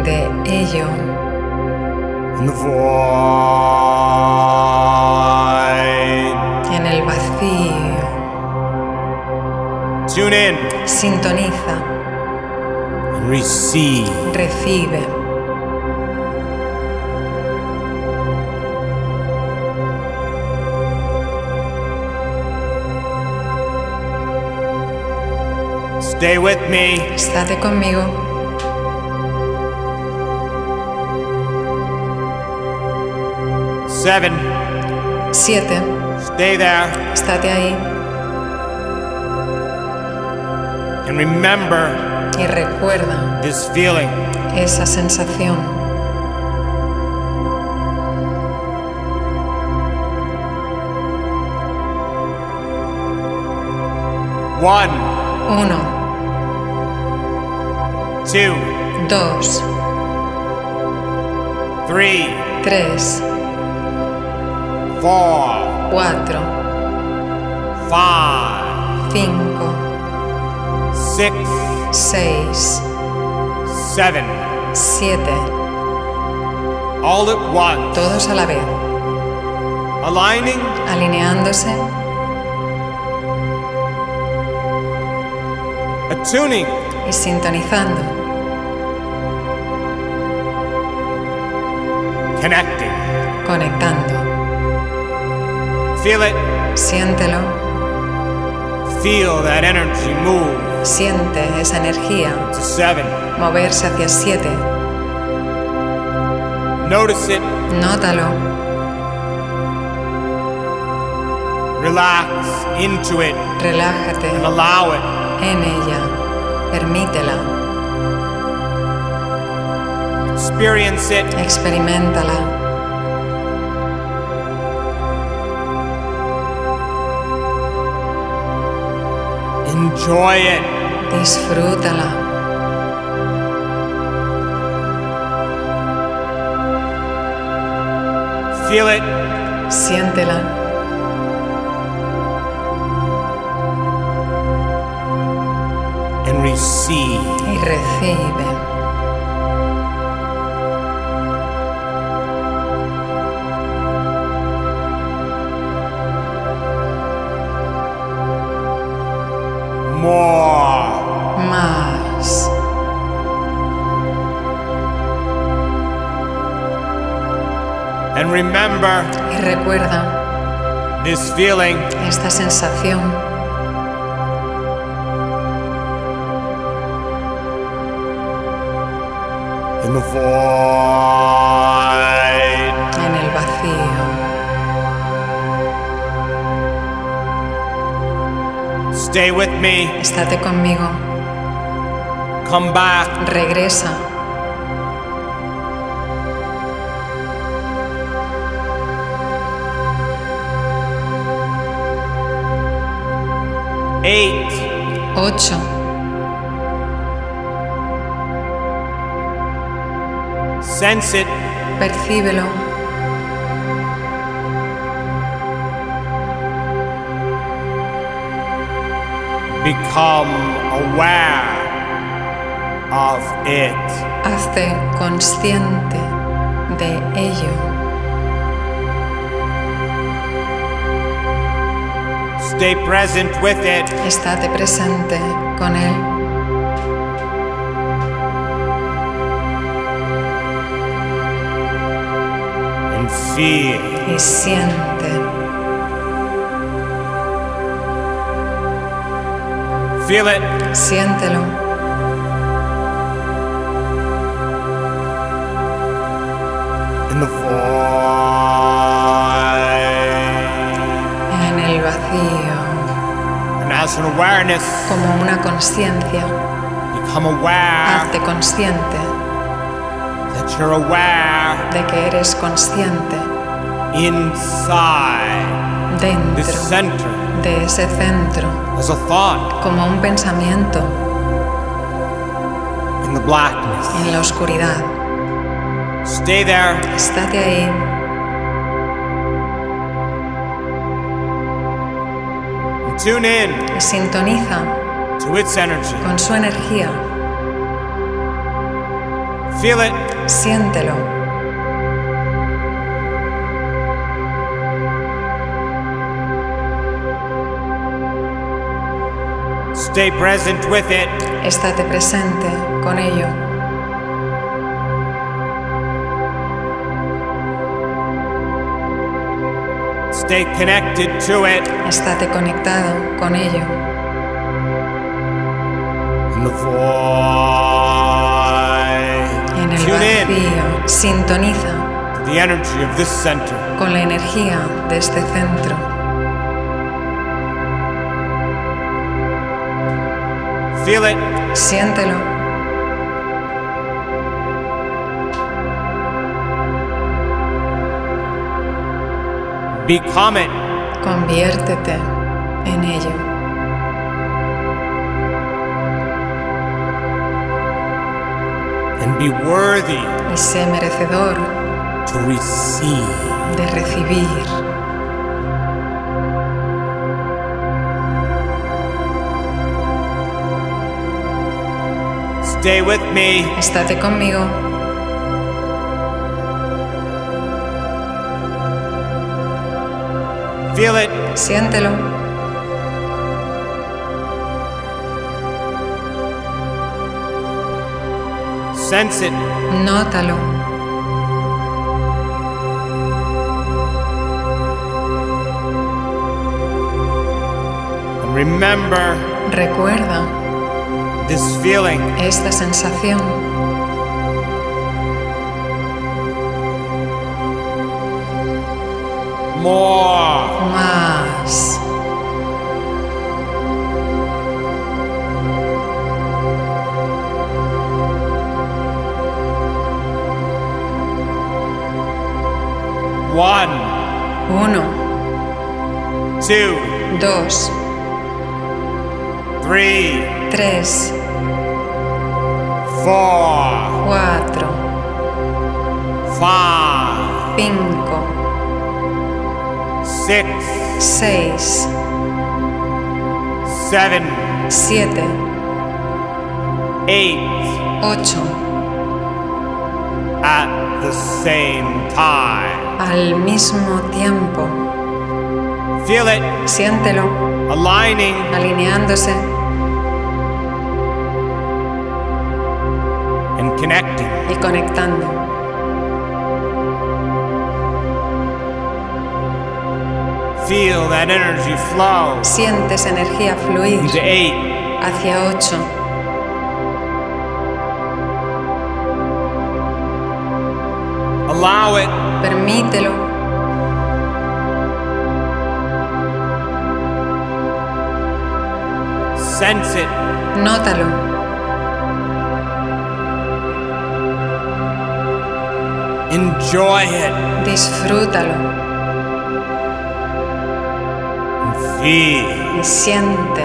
Speaker 3: de ello.
Speaker 1: And the void.
Speaker 3: En el vacío,
Speaker 1: Tune in
Speaker 3: sintoniza,
Speaker 1: and receive.
Speaker 3: recibe,
Speaker 1: Stay with me.
Speaker 3: estate conmigo.
Speaker 1: Seven.
Speaker 3: Siete,
Speaker 1: Stay there
Speaker 3: estate ahí
Speaker 1: and remember
Speaker 3: y recuerda
Speaker 1: this feeling.
Speaker 3: esa sensación.
Speaker 1: One,
Speaker 3: Uno,
Speaker 1: two,
Speaker 3: dos,
Speaker 1: three,
Speaker 3: tres,
Speaker 1: four,
Speaker 3: cuatro,
Speaker 1: five,
Speaker 3: cinco,
Speaker 1: six,
Speaker 3: seis,
Speaker 1: seven.
Speaker 3: siete.
Speaker 1: All at once.
Speaker 3: todos a la vez,
Speaker 1: Aligning
Speaker 3: alineándose,
Speaker 1: attuning
Speaker 3: y sintonizando,
Speaker 1: connecting.
Speaker 3: conectando.
Speaker 1: Feel it.
Speaker 3: Siéntelo,
Speaker 1: Feel that energy move
Speaker 3: siente esa energía
Speaker 1: to seven.
Speaker 3: moverse hacia siete,
Speaker 1: Notice it.
Speaker 3: nótalo,
Speaker 1: Relax into it
Speaker 3: relájate
Speaker 1: and allow
Speaker 3: en ella, permítela,
Speaker 1: it. Experience it.
Speaker 3: experimentala,
Speaker 1: Enjoy it.
Speaker 3: disfrútala,
Speaker 1: Feel it.
Speaker 3: siéntela,
Speaker 1: And receive.
Speaker 3: y recibe.
Speaker 1: And remember,
Speaker 3: y recuerda
Speaker 1: this feeling
Speaker 3: esta sensación
Speaker 1: in the void.
Speaker 3: en el vacío.
Speaker 1: Stay with me,
Speaker 3: Estate conmigo,
Speaker 1: come back,
Speaker 3: regresa,
Speaker 1: eight,
Speaker 3: 8.
Speaker 1: sense it,
Speaker 3: Percíbelo,
Speaker 1: become aware of it.
Speaker 3: hazte consciente de ello.
Speaker 1: Stay present with it,
Speaker 3: Estate presente con él.
Speaker 1: and feel
Speaker 3: y siente.
Speaker 1: Feel it,
Speaker 3: Siéntelo,
Speaker 1: in the void.
Speaker 3: en el vacío,
Speaker 1: And as an awareness,
Speaker 3: como una conciencia.
Speaker 1: become aware
Speaker 3: Hazte consciente
Speaker 1: that you're aware
Speaker 3: de que eres consciente
Speaker 1: inside this
Speaker 3: dentro
Speaker 1: center
Speaker 3: de ese centro,
Speaker 1: as a thought
Speaker 3: como un pensamiento
Speaker 1: in the blackness.
Speaker 3: en la oscuridad.
Speaker 1: Stay there,
Speaker 3: Estate ahí
Speaker 1: and tune in
Speaker 3: y sintoniza
Speaker 1: to its energy.
Speaker 3: con su energía.
Speaker 1: Feel it,
Speaker 3: Siéntelo,
Speaker 1: stay present with it,
Speaker 3: estate presente con ello.
Speaker 1: stay connected to it
Speaker 3: Estate conectado con ello
Speaker 1: in the void.
Speaker 3: en el
Speaker 1: Tune in
Speaker 3: vacío. Sintoniza
Speaker 1: to the energy of this center.
Speaker 3: con la energía de este centro.
Speaker 1: Feel it,
Speaker 3: Siéntelo,
Speaker 1: become it,
Speaker 3: conviértete en ello.
Speaker 1: and be worthy.
Speaker 3: Y sé merecedor
Speaker 1: to receive.
Speaker 3: de recibir.
Speaker 1: Stay with me,
Speaker 3: Estate conmigo,
Speaker 1: feel it,
Speaker 3: siéntelo,
Speaker 1: sense it,
Speaker 3: nótalo,
Speaker 1: and remember
Speaker 3: recuerda
Speaker 1: this feeling
Speaker 3: esta sensación
Speaker 1: more
Speaker 3: más
Speaker 1: one,
Speaker 3: uno,
Speaker 1: two,
Speaker 3: dos,
Speaker 1: three,
Speaker 3: tres,
Speaker 1: four,
Speaker 3: cuatro,
Speaker 1: five,
Speaker 3: cinco,
Speaker 1: six,
Speaker 3: seis,
Speaker 1: seven,
Speaker 3: siete,
Speaker 1: eight
Speaker 3: ocho,
Speaker 1: at the same time.
Speaker 3: al mismo tiempo.
Speaker 1: Feel it
Speaker 3: Siéntelo,
Speaker 1: aligning
Speaker 3: alineándose
Speaker 1: and connecting
Speaker 3: y conectando
Speaker 1: Feel that energy flow
Speaker 3: Sientes energía fluir
Speaker 1: into eight,
Speaker 3: hacia 8,
Speaker 1: allow it,
Speaker 3: permítelo,
Speaker 1: sense it,
Speaker 3: nótalo,
Speaker 1: enjoy it,
Speaker 3: disfrútalo
Speaker 1: and feel.
Speaker 3: y siente.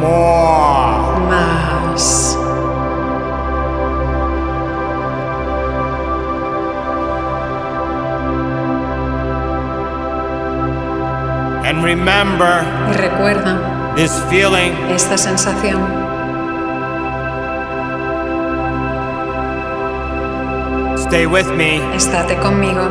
Speaker 1: More.
Speaker 3: Más.
Speaker 1: And remember,
Speaker 3: Y recuerda,
Speaker 1: this feeling
Speaker 3: esta sensación
Speaker 1: stay with me
Speaker 3: estate conmigo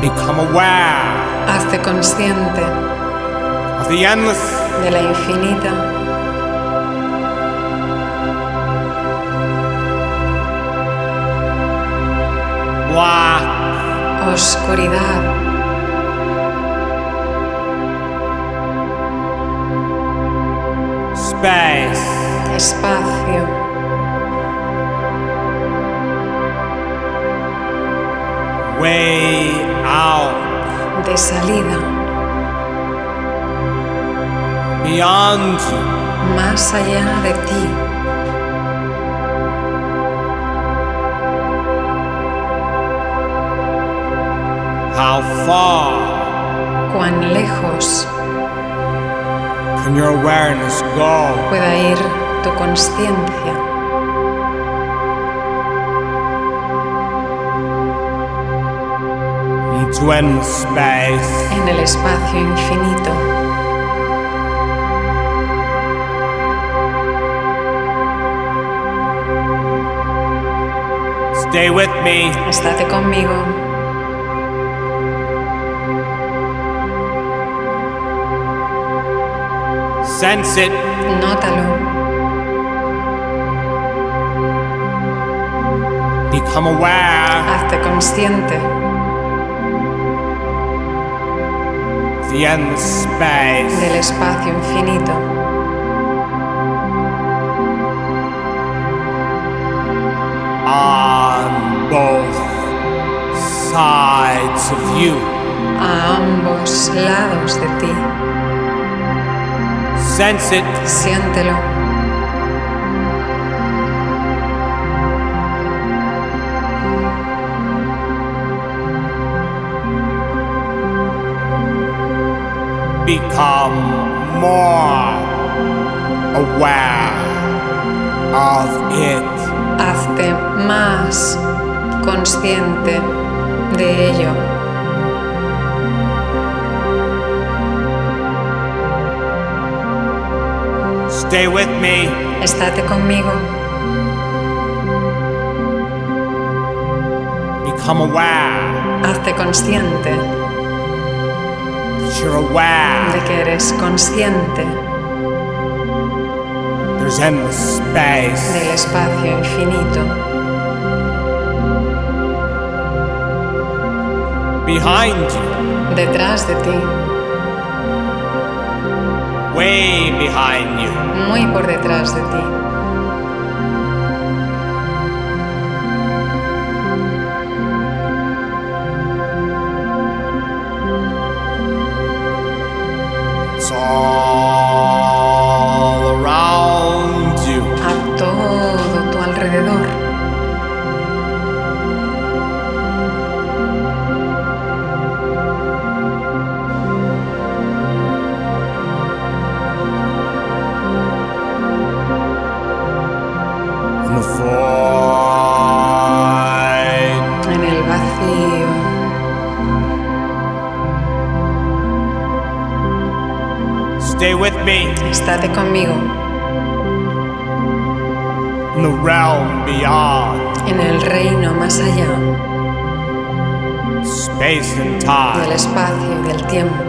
Speaker 1: become aware
Speaker 3: Hazte consciente
Speaker 1: of the endless
Speaker 3: de la infinita
Speaker 1: blah
Speaker 3: oscuridad
Speaker 1: space
Speaker 3: espacio
Speaker 1: way out
Speaker 3: de salida
Speaker 1: beyond you
Speaker 3: más allá de ti
Speaker 1: how far
Speaker 3: cuán lejos
Speaker 1: can your awareness go
Speaker 3: pueda ir tu conciencia
Speaker 1: into endless space
Speaker 3: en el espacio infinito
Speaker 1: stay with me
Speaker 3: estate conmigo
Speaker 1: sense it
Speaker 3: nótalo
Speaker 1: become aware
Speaker 3: hazte consciente
Speaker 1: of the endless
Speaker 3: del
Speaker 1: space
Speaker 3: espacio infinito
Speaker 1: on both sides of you
Speaker 3: a ambos lados de ti
Speaker 1: sense it
Speaker 3: siéntelo
Speaker 1: become more aware of it.
Speaker 3: hazte más consciente de ello
Speaker 1: Stay with me.
Speaker 3: estate conmigo
Speaker 1: Become aware
Speaker 3: hazte consciente
Speaker 1: that you're aware
Speaker 3: de que eres consciente
Speaker 1: there's endless
Speaker 3: del
Speaker 1: space
Speaker 3: espacio infinito
Speaker 1: behind you,
Speaker 3: detrás de ti
Speaker 1: way behind you.
Speaker 3: muy por detrás de ti
Speaker 1: It's all around you.
Speaker 3: a todo tu alrededor
Speaker 1: In the void,
Speaker 3: en el vacío
Speaker 1: stay with me.
Speaker 3: estate conmigo
Speaker 1: In the realm beyond,
Speaker 3: en el reino más allá
Speaker 1: space and
Speaker 3: del
Speaker 1: time.
Speaker 3: espacio y del tiempo.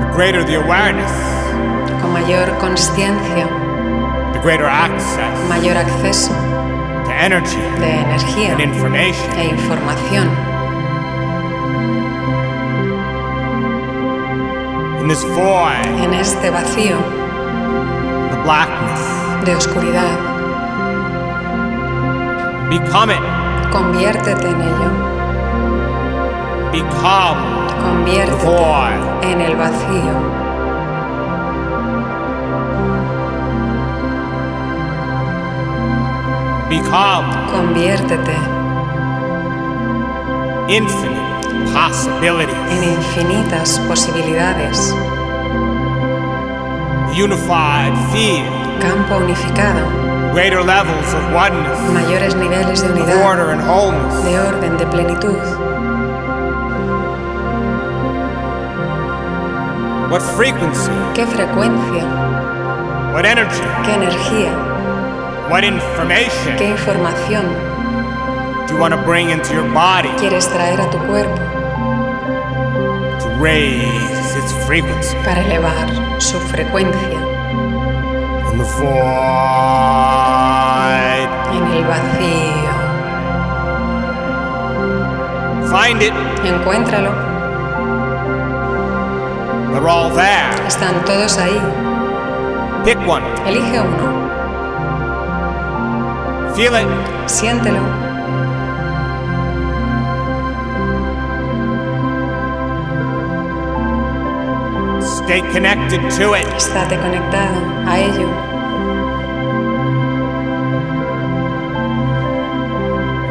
Speaker 1: The greater the awareness,
Speaker 3: Con mayor consciencia,
Speaker 1: the greater access
Speaker 3: mayor acceso
Speaker 1: to energy
Speaker 3: de energía
Speaker 1: and information.
Speaker 3: e información.
Speaker 1: In this void,
Speaker 3: En este vacío
Speaker 1: the blackness,
Speaker 3: de oscuridad,
Speaker 1: become it,
Speaker 3: conviértete en ello.
Speaker 1: become the
Speaker 3: Conviértete
Speaker 1: void.
Speaker 3: en el vacío.
Speaker 1: Become
Speaker 3: Conviértete
Speaker 1: infinite
Speaker 3: en
Speaker 1: possibilities,
Speaker 3: infinitas posibilidades.
Speaker 1: unified field,
Speaker 3: Campo unificado,
Speaker 1: greater levels of oneness,
Speaker 3: mayores niveles de
Speaker 1: of
Speaker 3: unidad,
Speaker 1: order and wholeness.
Speaker 3: de orden, de plenitud.
Speaker 1: What frequency,
Speaker 3: ¿Qué frecuencia?
Speaker 1: what energy,
Speaker 3: ¿Qué energía?
Speaker 1: what information
Speaker 3: ¿Qué información
Speaker 1: do you want to bring into your body
Speaker 3: quieres traer a tu cuerpo
Speaker 1: to raise its frequency
Speaker 3: para elevar su frecuencia
Speaker 1: in the void?
Speaker 3: en el vacío?
Speaker 1: Find it,
Speaker 3: Encuéntralo,
Speaker 1: they're all there.
Speaker 3: están todos ahí.
Speaker 1: Pick one,
Speaker 3: Elige uno,
Speaker 1: feel it,
Speaker 3: siéntelo,
Speaker 1: stay connected to it.
Speaker 3: estate conectado a ello.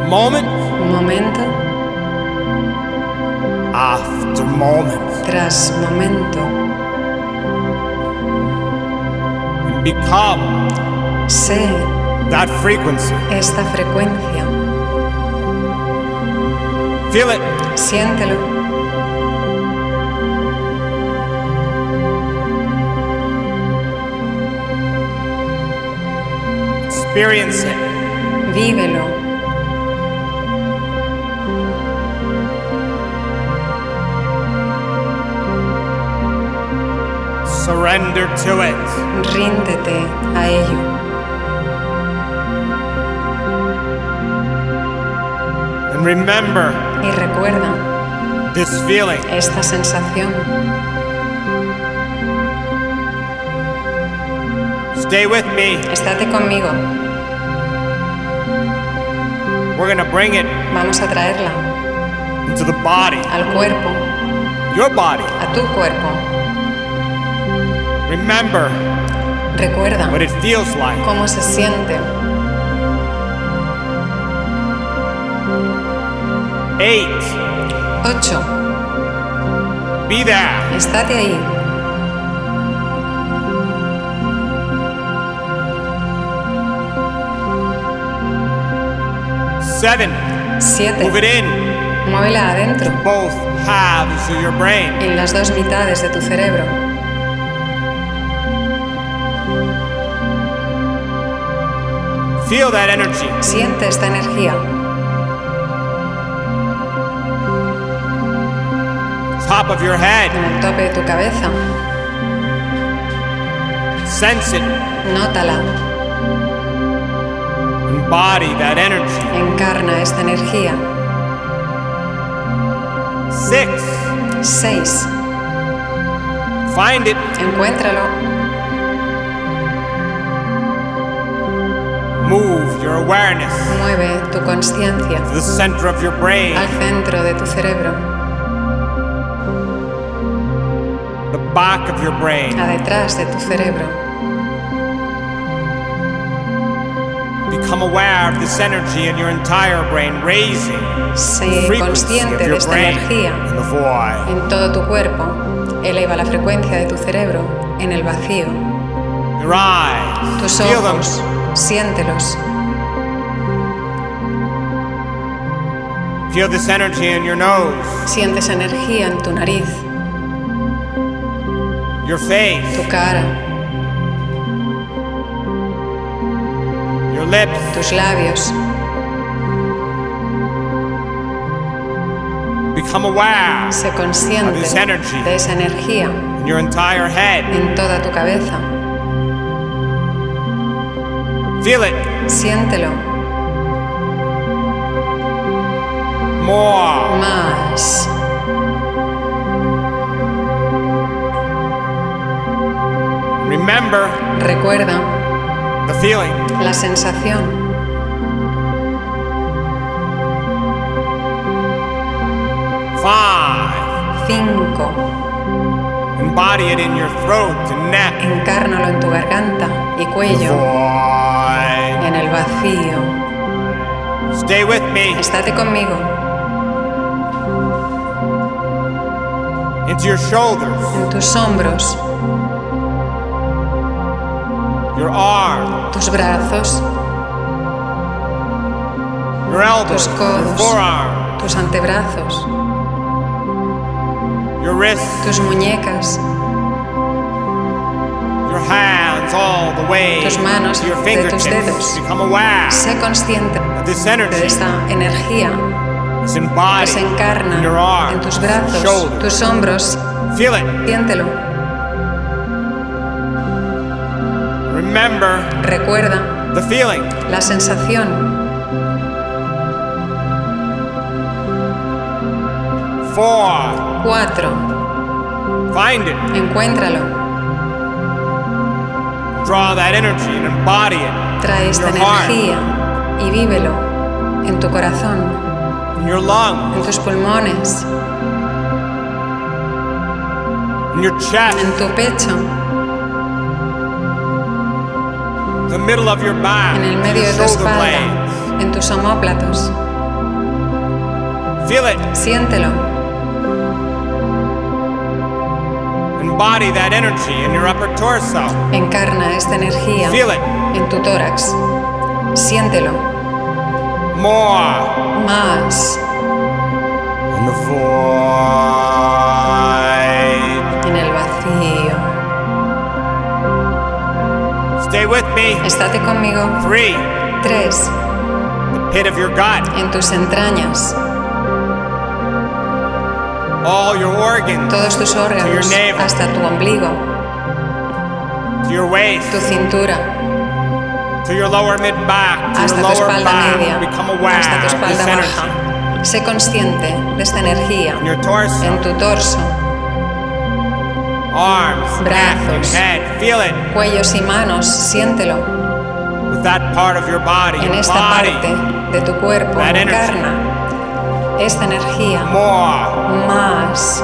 Speaker 1: Moment
Speaker 3: Momento
Speaker 1: after moment,
Speaker 3: tras momento,
Speaker 1: and become
Speaker 3: sé
Speaker 1: that frequency.
Speaker 3: esta frecuencia,
Speaker 1: Feel it.
Speaker 3: siéntelo,
Speaker 1: Experience it.
Speaker 3: vívelo,
Speaker 1: Surrender to it.
Speaker 3: ríndete a ello
Speaker 1: And remember
Speaker 3: y recuerda
Speaker 1: this feeling
Speaker 3: esta sensación.
Speaker 1: Stay with me.
Speaker 3: Estate conmigo,
Speaker 1: We're going to bring it
Speaker 3: vamos a traerla
Speaker 1: into the body,
Speaker 3: al cuerpo,
Speaker 1: your body.
Speaker 3: a tu cuerpo.
Speaker 1: Remember
Speaker 3: Recuerda
Speaker 1: what it feels like
Speaker 3: cómo se siente.
Speaker 1: eight.
Speaker 3: 8.
Speaker 1: Be there.
Speaker 3: Estate ahí,
Speaker 1: Seven. Move it
Speaker 3: 7.
Speaker 1: in.
Speaker 3: Muévela adentro,
Speaker 1: Both halves of your brain.
Speaker 3: en las dos mitades de tu cerebro.
Speaker 1: Feel that energy.
Speaker 3: Siente esta energía,
Speaker 1: Top of your head.
Speaker 3: en el tope de tu cabeza.
Speaker 1: Sense it.
Speaker 3: Nótala,
Speaker 1: Embody that energy.
Speaker 3: encarna esta energía.
Speaker 1: Six.
Speaker 3: 6.
Speaker 1: Find it.
Speaker 3: Encuéntralo,
Speaker 1: Move your awareness
Speaker 3: mueve tu conciencia
Speaker 1: to the center of your brain.
Speaker 3: al centro de tu cerebro,
Speaker 1: the back of your brain.
Speaker 3: a detrás de tu cerebro.
Speaker 1: Become aware of this energy in your entire brain, raising the
Speaker 3: Sé
Speaker 1: frequency of
Speaker 3: consciente de
Speaker 1: your
Speaker 3: esta
Speaker 1: brain
Speaker 3: energía
Speaker 1: in the void.
Speaker 3: en todo tu cuerpo. Eleva la frecuencia de tu cerebro en el vacío.
Speaker 1: Your eyes,
Speaker 3: Eh, Tus
Speaker 1: feel them.
Speaker 3: ojos, siéntelos.
Speaker 1: Feel this energy in your nose,
Speaker 3: Sientes energía en tu nariz,
Speaker 1: your face,
Speaker 3: tu cara,
Speaker 1: lips,
Speaker 3: tus labios.
Speaker 1: become aware
Speaker 3: Sé consciente
Speaker 1: Of this energy.
Speaker 3: de esa energía
Speaker 1: in your entire head.
Speaker 3: en toda tu cabeza.
Speaker 1: Feel it
Speaker 3: Siéntelo
Speaker 1: more.
Speaker 3: más.
Speaker 1: Remember
Speaker 3: Recuerda
Speaker 1: the feeling.
Speaker 3: la sensación.
Speaker 1: Five.
Speaker 3: 5.
Speaker 1: Embody it in your throat and neck.
Speaker 3: Encárnalo en tu garganta y cuello,
Speaker 1: Void.
Speaker 3: en el vacío.
Speaker 1: Stay with me
Speaker 3: Estate conmigo
Speaker 1: into your shoulders,
Speaker 3: en tus hombros,
Speaker 1: your arms,
Speaker 3: tus brazos,
Speaker 1: your elbows,
Speaker 3: Tus codos.
Speaker 1: your forearm,
Speaker 3: tus antebrazos,
Speaker 1: your wrists,
Speaker 3: tus muñecas,
Speaker 1: your hands, all the way
Speaker 3: Tus manos,
Speaker 1: to your
Speaker 3: de
Speaker 1: fingertips.
Speaker 3: tus dedos.
Speaker 1: Become aware
Speaker 3: Sé consciente
Speaker 1: of this
Speaker 3: de
Speaker 1: energy
Speaker 3: esta energía
Speaker 1: is
Speaker 3: que
Speaker 1: embodied
Speaker 3: se
Speaker 1: in your
Speaker 3: encarna en
Speaker 1: arms,
Speaker 3: tus brazos,
Speaker 1: shoulders.
Speaker 3: tus hombros.
Speaker 1: Feel it.
Speaker 3: Siéntelo.
Speaker 1: Remember
Speaker 3: Recuerda
Speaker 1: the feeling.
Speaker 3: la sensación.
Speaker 1: Four.
Speaker 3: 4.
Speaker 1: Find it.
Speaker 3: Encuéntralo.
Speaker 1: Draw that energy and embody it
Speaker 3: Trae esta
Speaker 1: Your heart.
Speaker 3: energía y vívelo en tu corazón,
Speaker 1: in your lungs,
Speaker 3: en tus pulmones,
Speaker 1: in your chest,
Speaker 3: en tu pecho,
Speaker 1: the middle of your back,
Speaker 3: en el
Speaker 1: to
Speaker 3: medio
Speaker 1: your
Speaker 3: de tu
Speaker 1: shoulder
Speaker 3: espalda,
Speaker 1: blades.
Speaker 3: en tus omóplatos.
Speaker 1: Feel it.
Speaker 3: Siéntelo.
Speaker 1: Embody that energy in your upper torso.
Speaker 3: Encarna esta energía
Speaker 1: Feel it.
Speaker 3: en tu tórax. Siéntelo.
Speaker 1: More.
Speaker 3: Más
Speaker 1: In the void.
Speaker 3: en el vacío.
Speaker 1: Stay with me.
Speaker 3: Estate conmigo.
Speaker 1: Three.
Speaker 3: 3.
Speaker 1: The pit of your gut.
Speaker 3: En tus entrañas.
Speaker 1: All your organs.
Speaker 3: Todos tus órganos.
Speaker 1: navel.
Speaker 3: Hasta tu ombligo.
Speaker 1: To your waist.
Speaker 3: Tu cintura.
Speaker 1: To your lower mid back. To
Speaker 3: hasta
Speaker 1: your
Speaker 3: tu
Speaker 1: lower
Speaker 3: espalda
Speaker 1: back.
Speaker 3: media,
Speaker 1: Become aware
Speaker 3: hasta tu
Speaker 1: of this
Speaker 3: espalda
Speaker 1: energy.
Speaker 3: baja. Sé consciente de esta energía
Speaker 1: In your torso.
Speaker 3: en tu torso,
Speaker 1: Arms. Neck and
Speaker 3: Brazos.
Speaker 1: head. Feel it.
Speaker 3: cuellos y manos. Siéntelo
Speaker 1: With that part of your body.
Speaker 3: en
Speaker 1: Your
Speaker 3: esta
Speaker 1: body.
Speaker 3: parte de tu cuerpo.
Speaker 1: That energy.
Speaker 3: Encarna esta energía
Speaker 1: More.
Speaker 3: más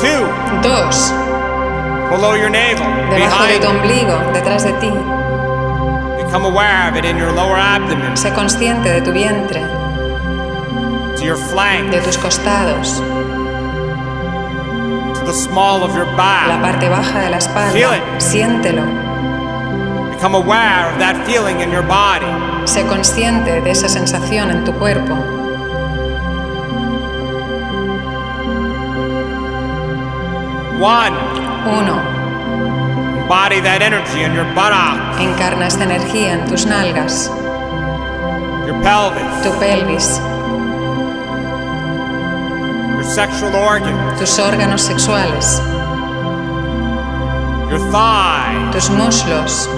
Speaker 1: Two.
Speaker 3: dos
Speaker 1: Below your navel.
Speaker 3: debajo de
Speaker 1: behind
Speaker 3: tu ombligo, detrás de ti.
Speaker 1: Become aware of it in your lower abdomen,
Speaker 3: Sé consciente de tu vientre,
Speaker 1: to your flank,
Speaker 3: de tus costados,
Speaker 1: to the small of your
Speaker 3: la
Speaker 1: back.
Speaker 3: parte baja de la
Speaker 1: Feel
Speaker 3: espalda.
Speaker 1: it.
Speaker 3: Siéntelo.
Speaker 1: Become aware of that feeling in your body.
Speaker 3: Sé consciente de esa sensación en tu cuerpo.
Speaker 1: One,
Speaker 3: Uno.
Speaker 1: embody that energy in your buttock,
Speaker 3: Encarna esta energía en tus nalgas,
Speaker 1: your pelvis,
Speaker 3: tu pelvis,
Speaker 1: your sexual organ,
Speaker 3: tus órganos sexuales,
Speaker 1: your thigh,
Speaker 3: tus muslos,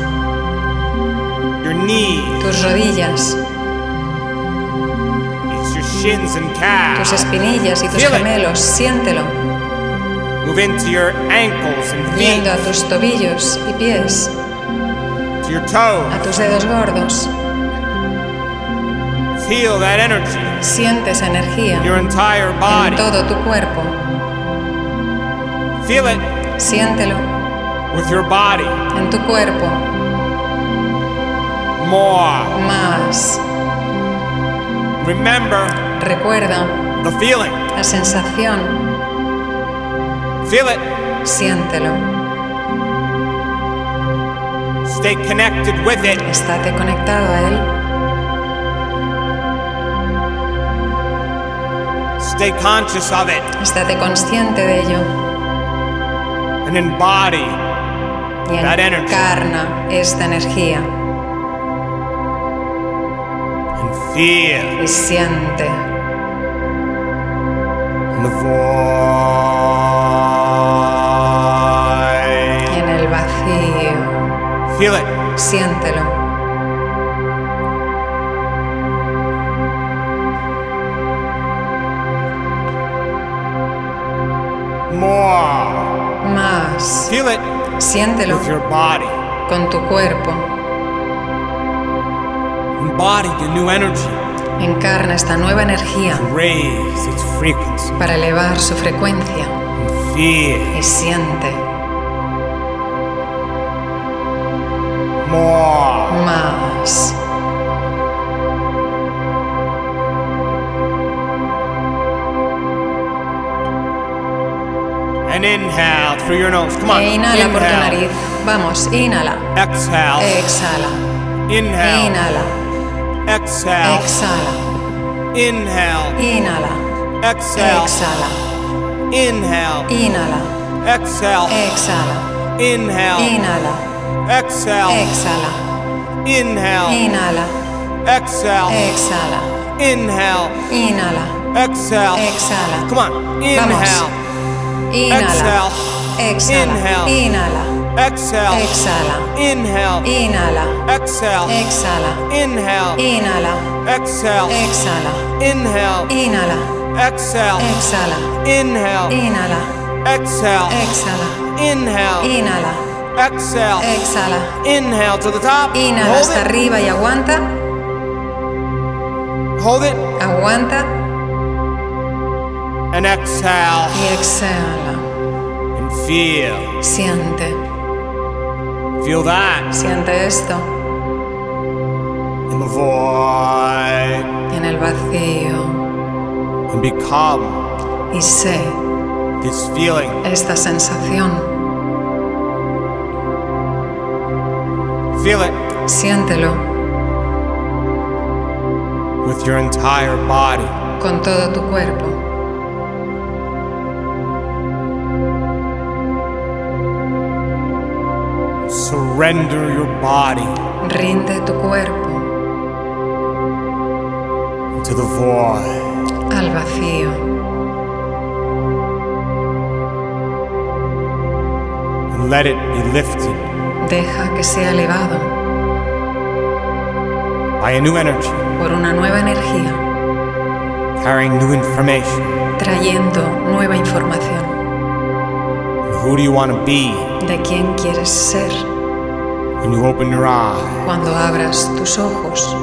Speaker 1: your knees,
Speaker 3: tus rodillas,
Speaker 1: your shins and
Speaker 3: tus
Speaker 1: calves.
Speaker 3: espinillas y tus
Speaker 1: Feel it.
Speaker 3: gemelos. Siéntelo,
Speaker 1: Move into your ankles and
Speaker 3: yendo a
Speaker 1: feet,
Speaker 3: tus tobillos y pies,
Speaker 1: to your toes.
Speaker 3: a tus dedos gordos.
Speaker 1: Feel that energy,
Speaker 3: Siente esa energía
Speaker 1: your entire
Speaker 3: en
Speaker 1: body.
Speaker 3: todo tu cuerpo.
Speaker 1: Feel it
Speaker 3: Siéntelo
Speaker 1: with your body.
Speaker 3: en tu cuerpo
Speaker 1: More.
Speaker 3: más.
Speaker 1: Remember
Speaker 3: Recuerda
Speaker 1: the feeling.
Speaker 3: la sensación.
Speaker 1: Feel it.
Speaker 3: Siéntelo.
Speaker 1: Stay connected with it.
Speaker 3: Estate conectado a él.
Speaker 1: Stay conscious of it
Speaker 3: Estate consciente de ello
Speaker 1: and embody
Speaker 3: y
Speaker 1: That energy.
Speaker 3: encarna esta energía
Speaker 1: and feel
Speaker 3: y siente
Speaker 1: the void.
Speaker 3: en el vacío.
Speaker 1: Feel it.
Speaker 3: Siéntelo.
Speaker 1: More.
Speaker 3: Más.
Speaker 1: Feel it
Speaker 3: Siéntelo
Speaker 1: with your body.
Speaker 3: con tu cuerpo.
Speaker 1: Embody the new energy.
Speaker 3: Encarna esta nueva energía
Speaker 1: Raise its frequency.
Speaker 3: para elevar su frecuencia
Speaker 1: And feel
Speaker 3: y siente
Speaker 1: more.
Speaker 3: más.
Speaker 1: And inhale through your nose. Come on.
Speaker 3: E inhala por tu
Speaker 1: Inhale.
Speaker 3: nariz. Vamos, inhala.
Speaker 1: Exhale.
Speaker 3: Exhala.
Speaker 1: Inhale.
Speaker 3: Eh. Inhala.
Speaker 1: Exhale.
Speaker 3: Exhala.
Speaker 1: Inhale.
Speaker 3: Inhala.
Speaker 1: Exhale.
Speaker 3: Exhala.
Speaker 1: Inhale.
Speaker 3: Inhala.
Speaker 1: Exhale.
Speaker 3: Eh. Exhala.
Speaker 1: Inhale.
Speaker 3: Inhala.
Speaker 1: Exhale.
Speaker 3: Exhala.
Speaker 1: Inhale.
Speaker 3: Inhala.
Speaker 1: Exhale.
Speaker 3: Exhala.
Speaker 1: Inhale.
Speaker 3: Inhala.
Speaker 1: Exhale.
Speaker 3: Exhala.
Speaker 1: Ah. Come on. Inhale.
Speaker 3: Inhala.
Speaker 1: Exhale.
Speaker 3: Exhala.
Speaker 1: Inhale.
Speaker 3: Inhala.
Speaker 1: Exhale.
Speaker 3: Exhala.
Speaker 1: Inhale. Ah.
Speaker 3: Inhala.
Speaker 1: Exhale.
Speaker 3: Exhala.
Speaker 1: Inhale.
Speaker 3: Inhala.
Speaker 1: Exhale.
Speaker 3: Exhala.
Speaker 1: Inhale.
Speaker 3: Inhala.
Speaker 1: Exhale.
Speaker 3: Exhala.
Speaker 1: Inhale.
Speaker 3: Inhala.
Speaker 1: Exhale.
Speaker 3: Exhala.
Speaker 1: Inhale.
Speaker 3: Inhala.
Speaker 1: Exhale.
Speaker 3: Exhala.
Speaker 1: Inhale to the top.
Speaker 3: Inhala
Speaker 1: Hold
Speaker 3: hasta
Speaker 1: it.
Speaker 3: arriba y aguanta,
Speaker 1: Hold it.
Speaker 3: aguanta
Speaker 1: And exhale.
Speaker 3: y exhala.
Speaker 1: And feel.
Speaker 3: Siente,
Speaker 1: Feel that
Speaker 3: siente esto
Speaker 1: in the void.
Speaker 3: en el vacío
Speaker 1: And become
Speaker 3: y sé
Speaker 1: this feeling.
Speaker 3: esta sensación.
Speaker 1: Feel it
Speaker 3: Siéntelo
Speaker 1: with your entire body.
Speaker 3: con todo tu cuerpo.
Speaker 1: Surrender your body
Speaker 3: Rinde tu cuerpo
Speaker 1: to the void.
Speaker 3: al vacío
Speaker 1: And let it be lifted
Speaker 3: deja que sea elevado
Speaker 1: by a new energy,
Speaker 3: por una nueva energía,
Speaker 1: carrying new information.
Speaker 3: trayendo nueva información
Speaker 1: Who do you want to be
Speaker 3: de quién quieres ser
Speaker 1: when you open your eyes?
Speaker 3: cuando abras tus ojos.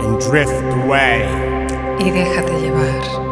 Speaker 1: And drift away
Speaker 3: y déjate llevar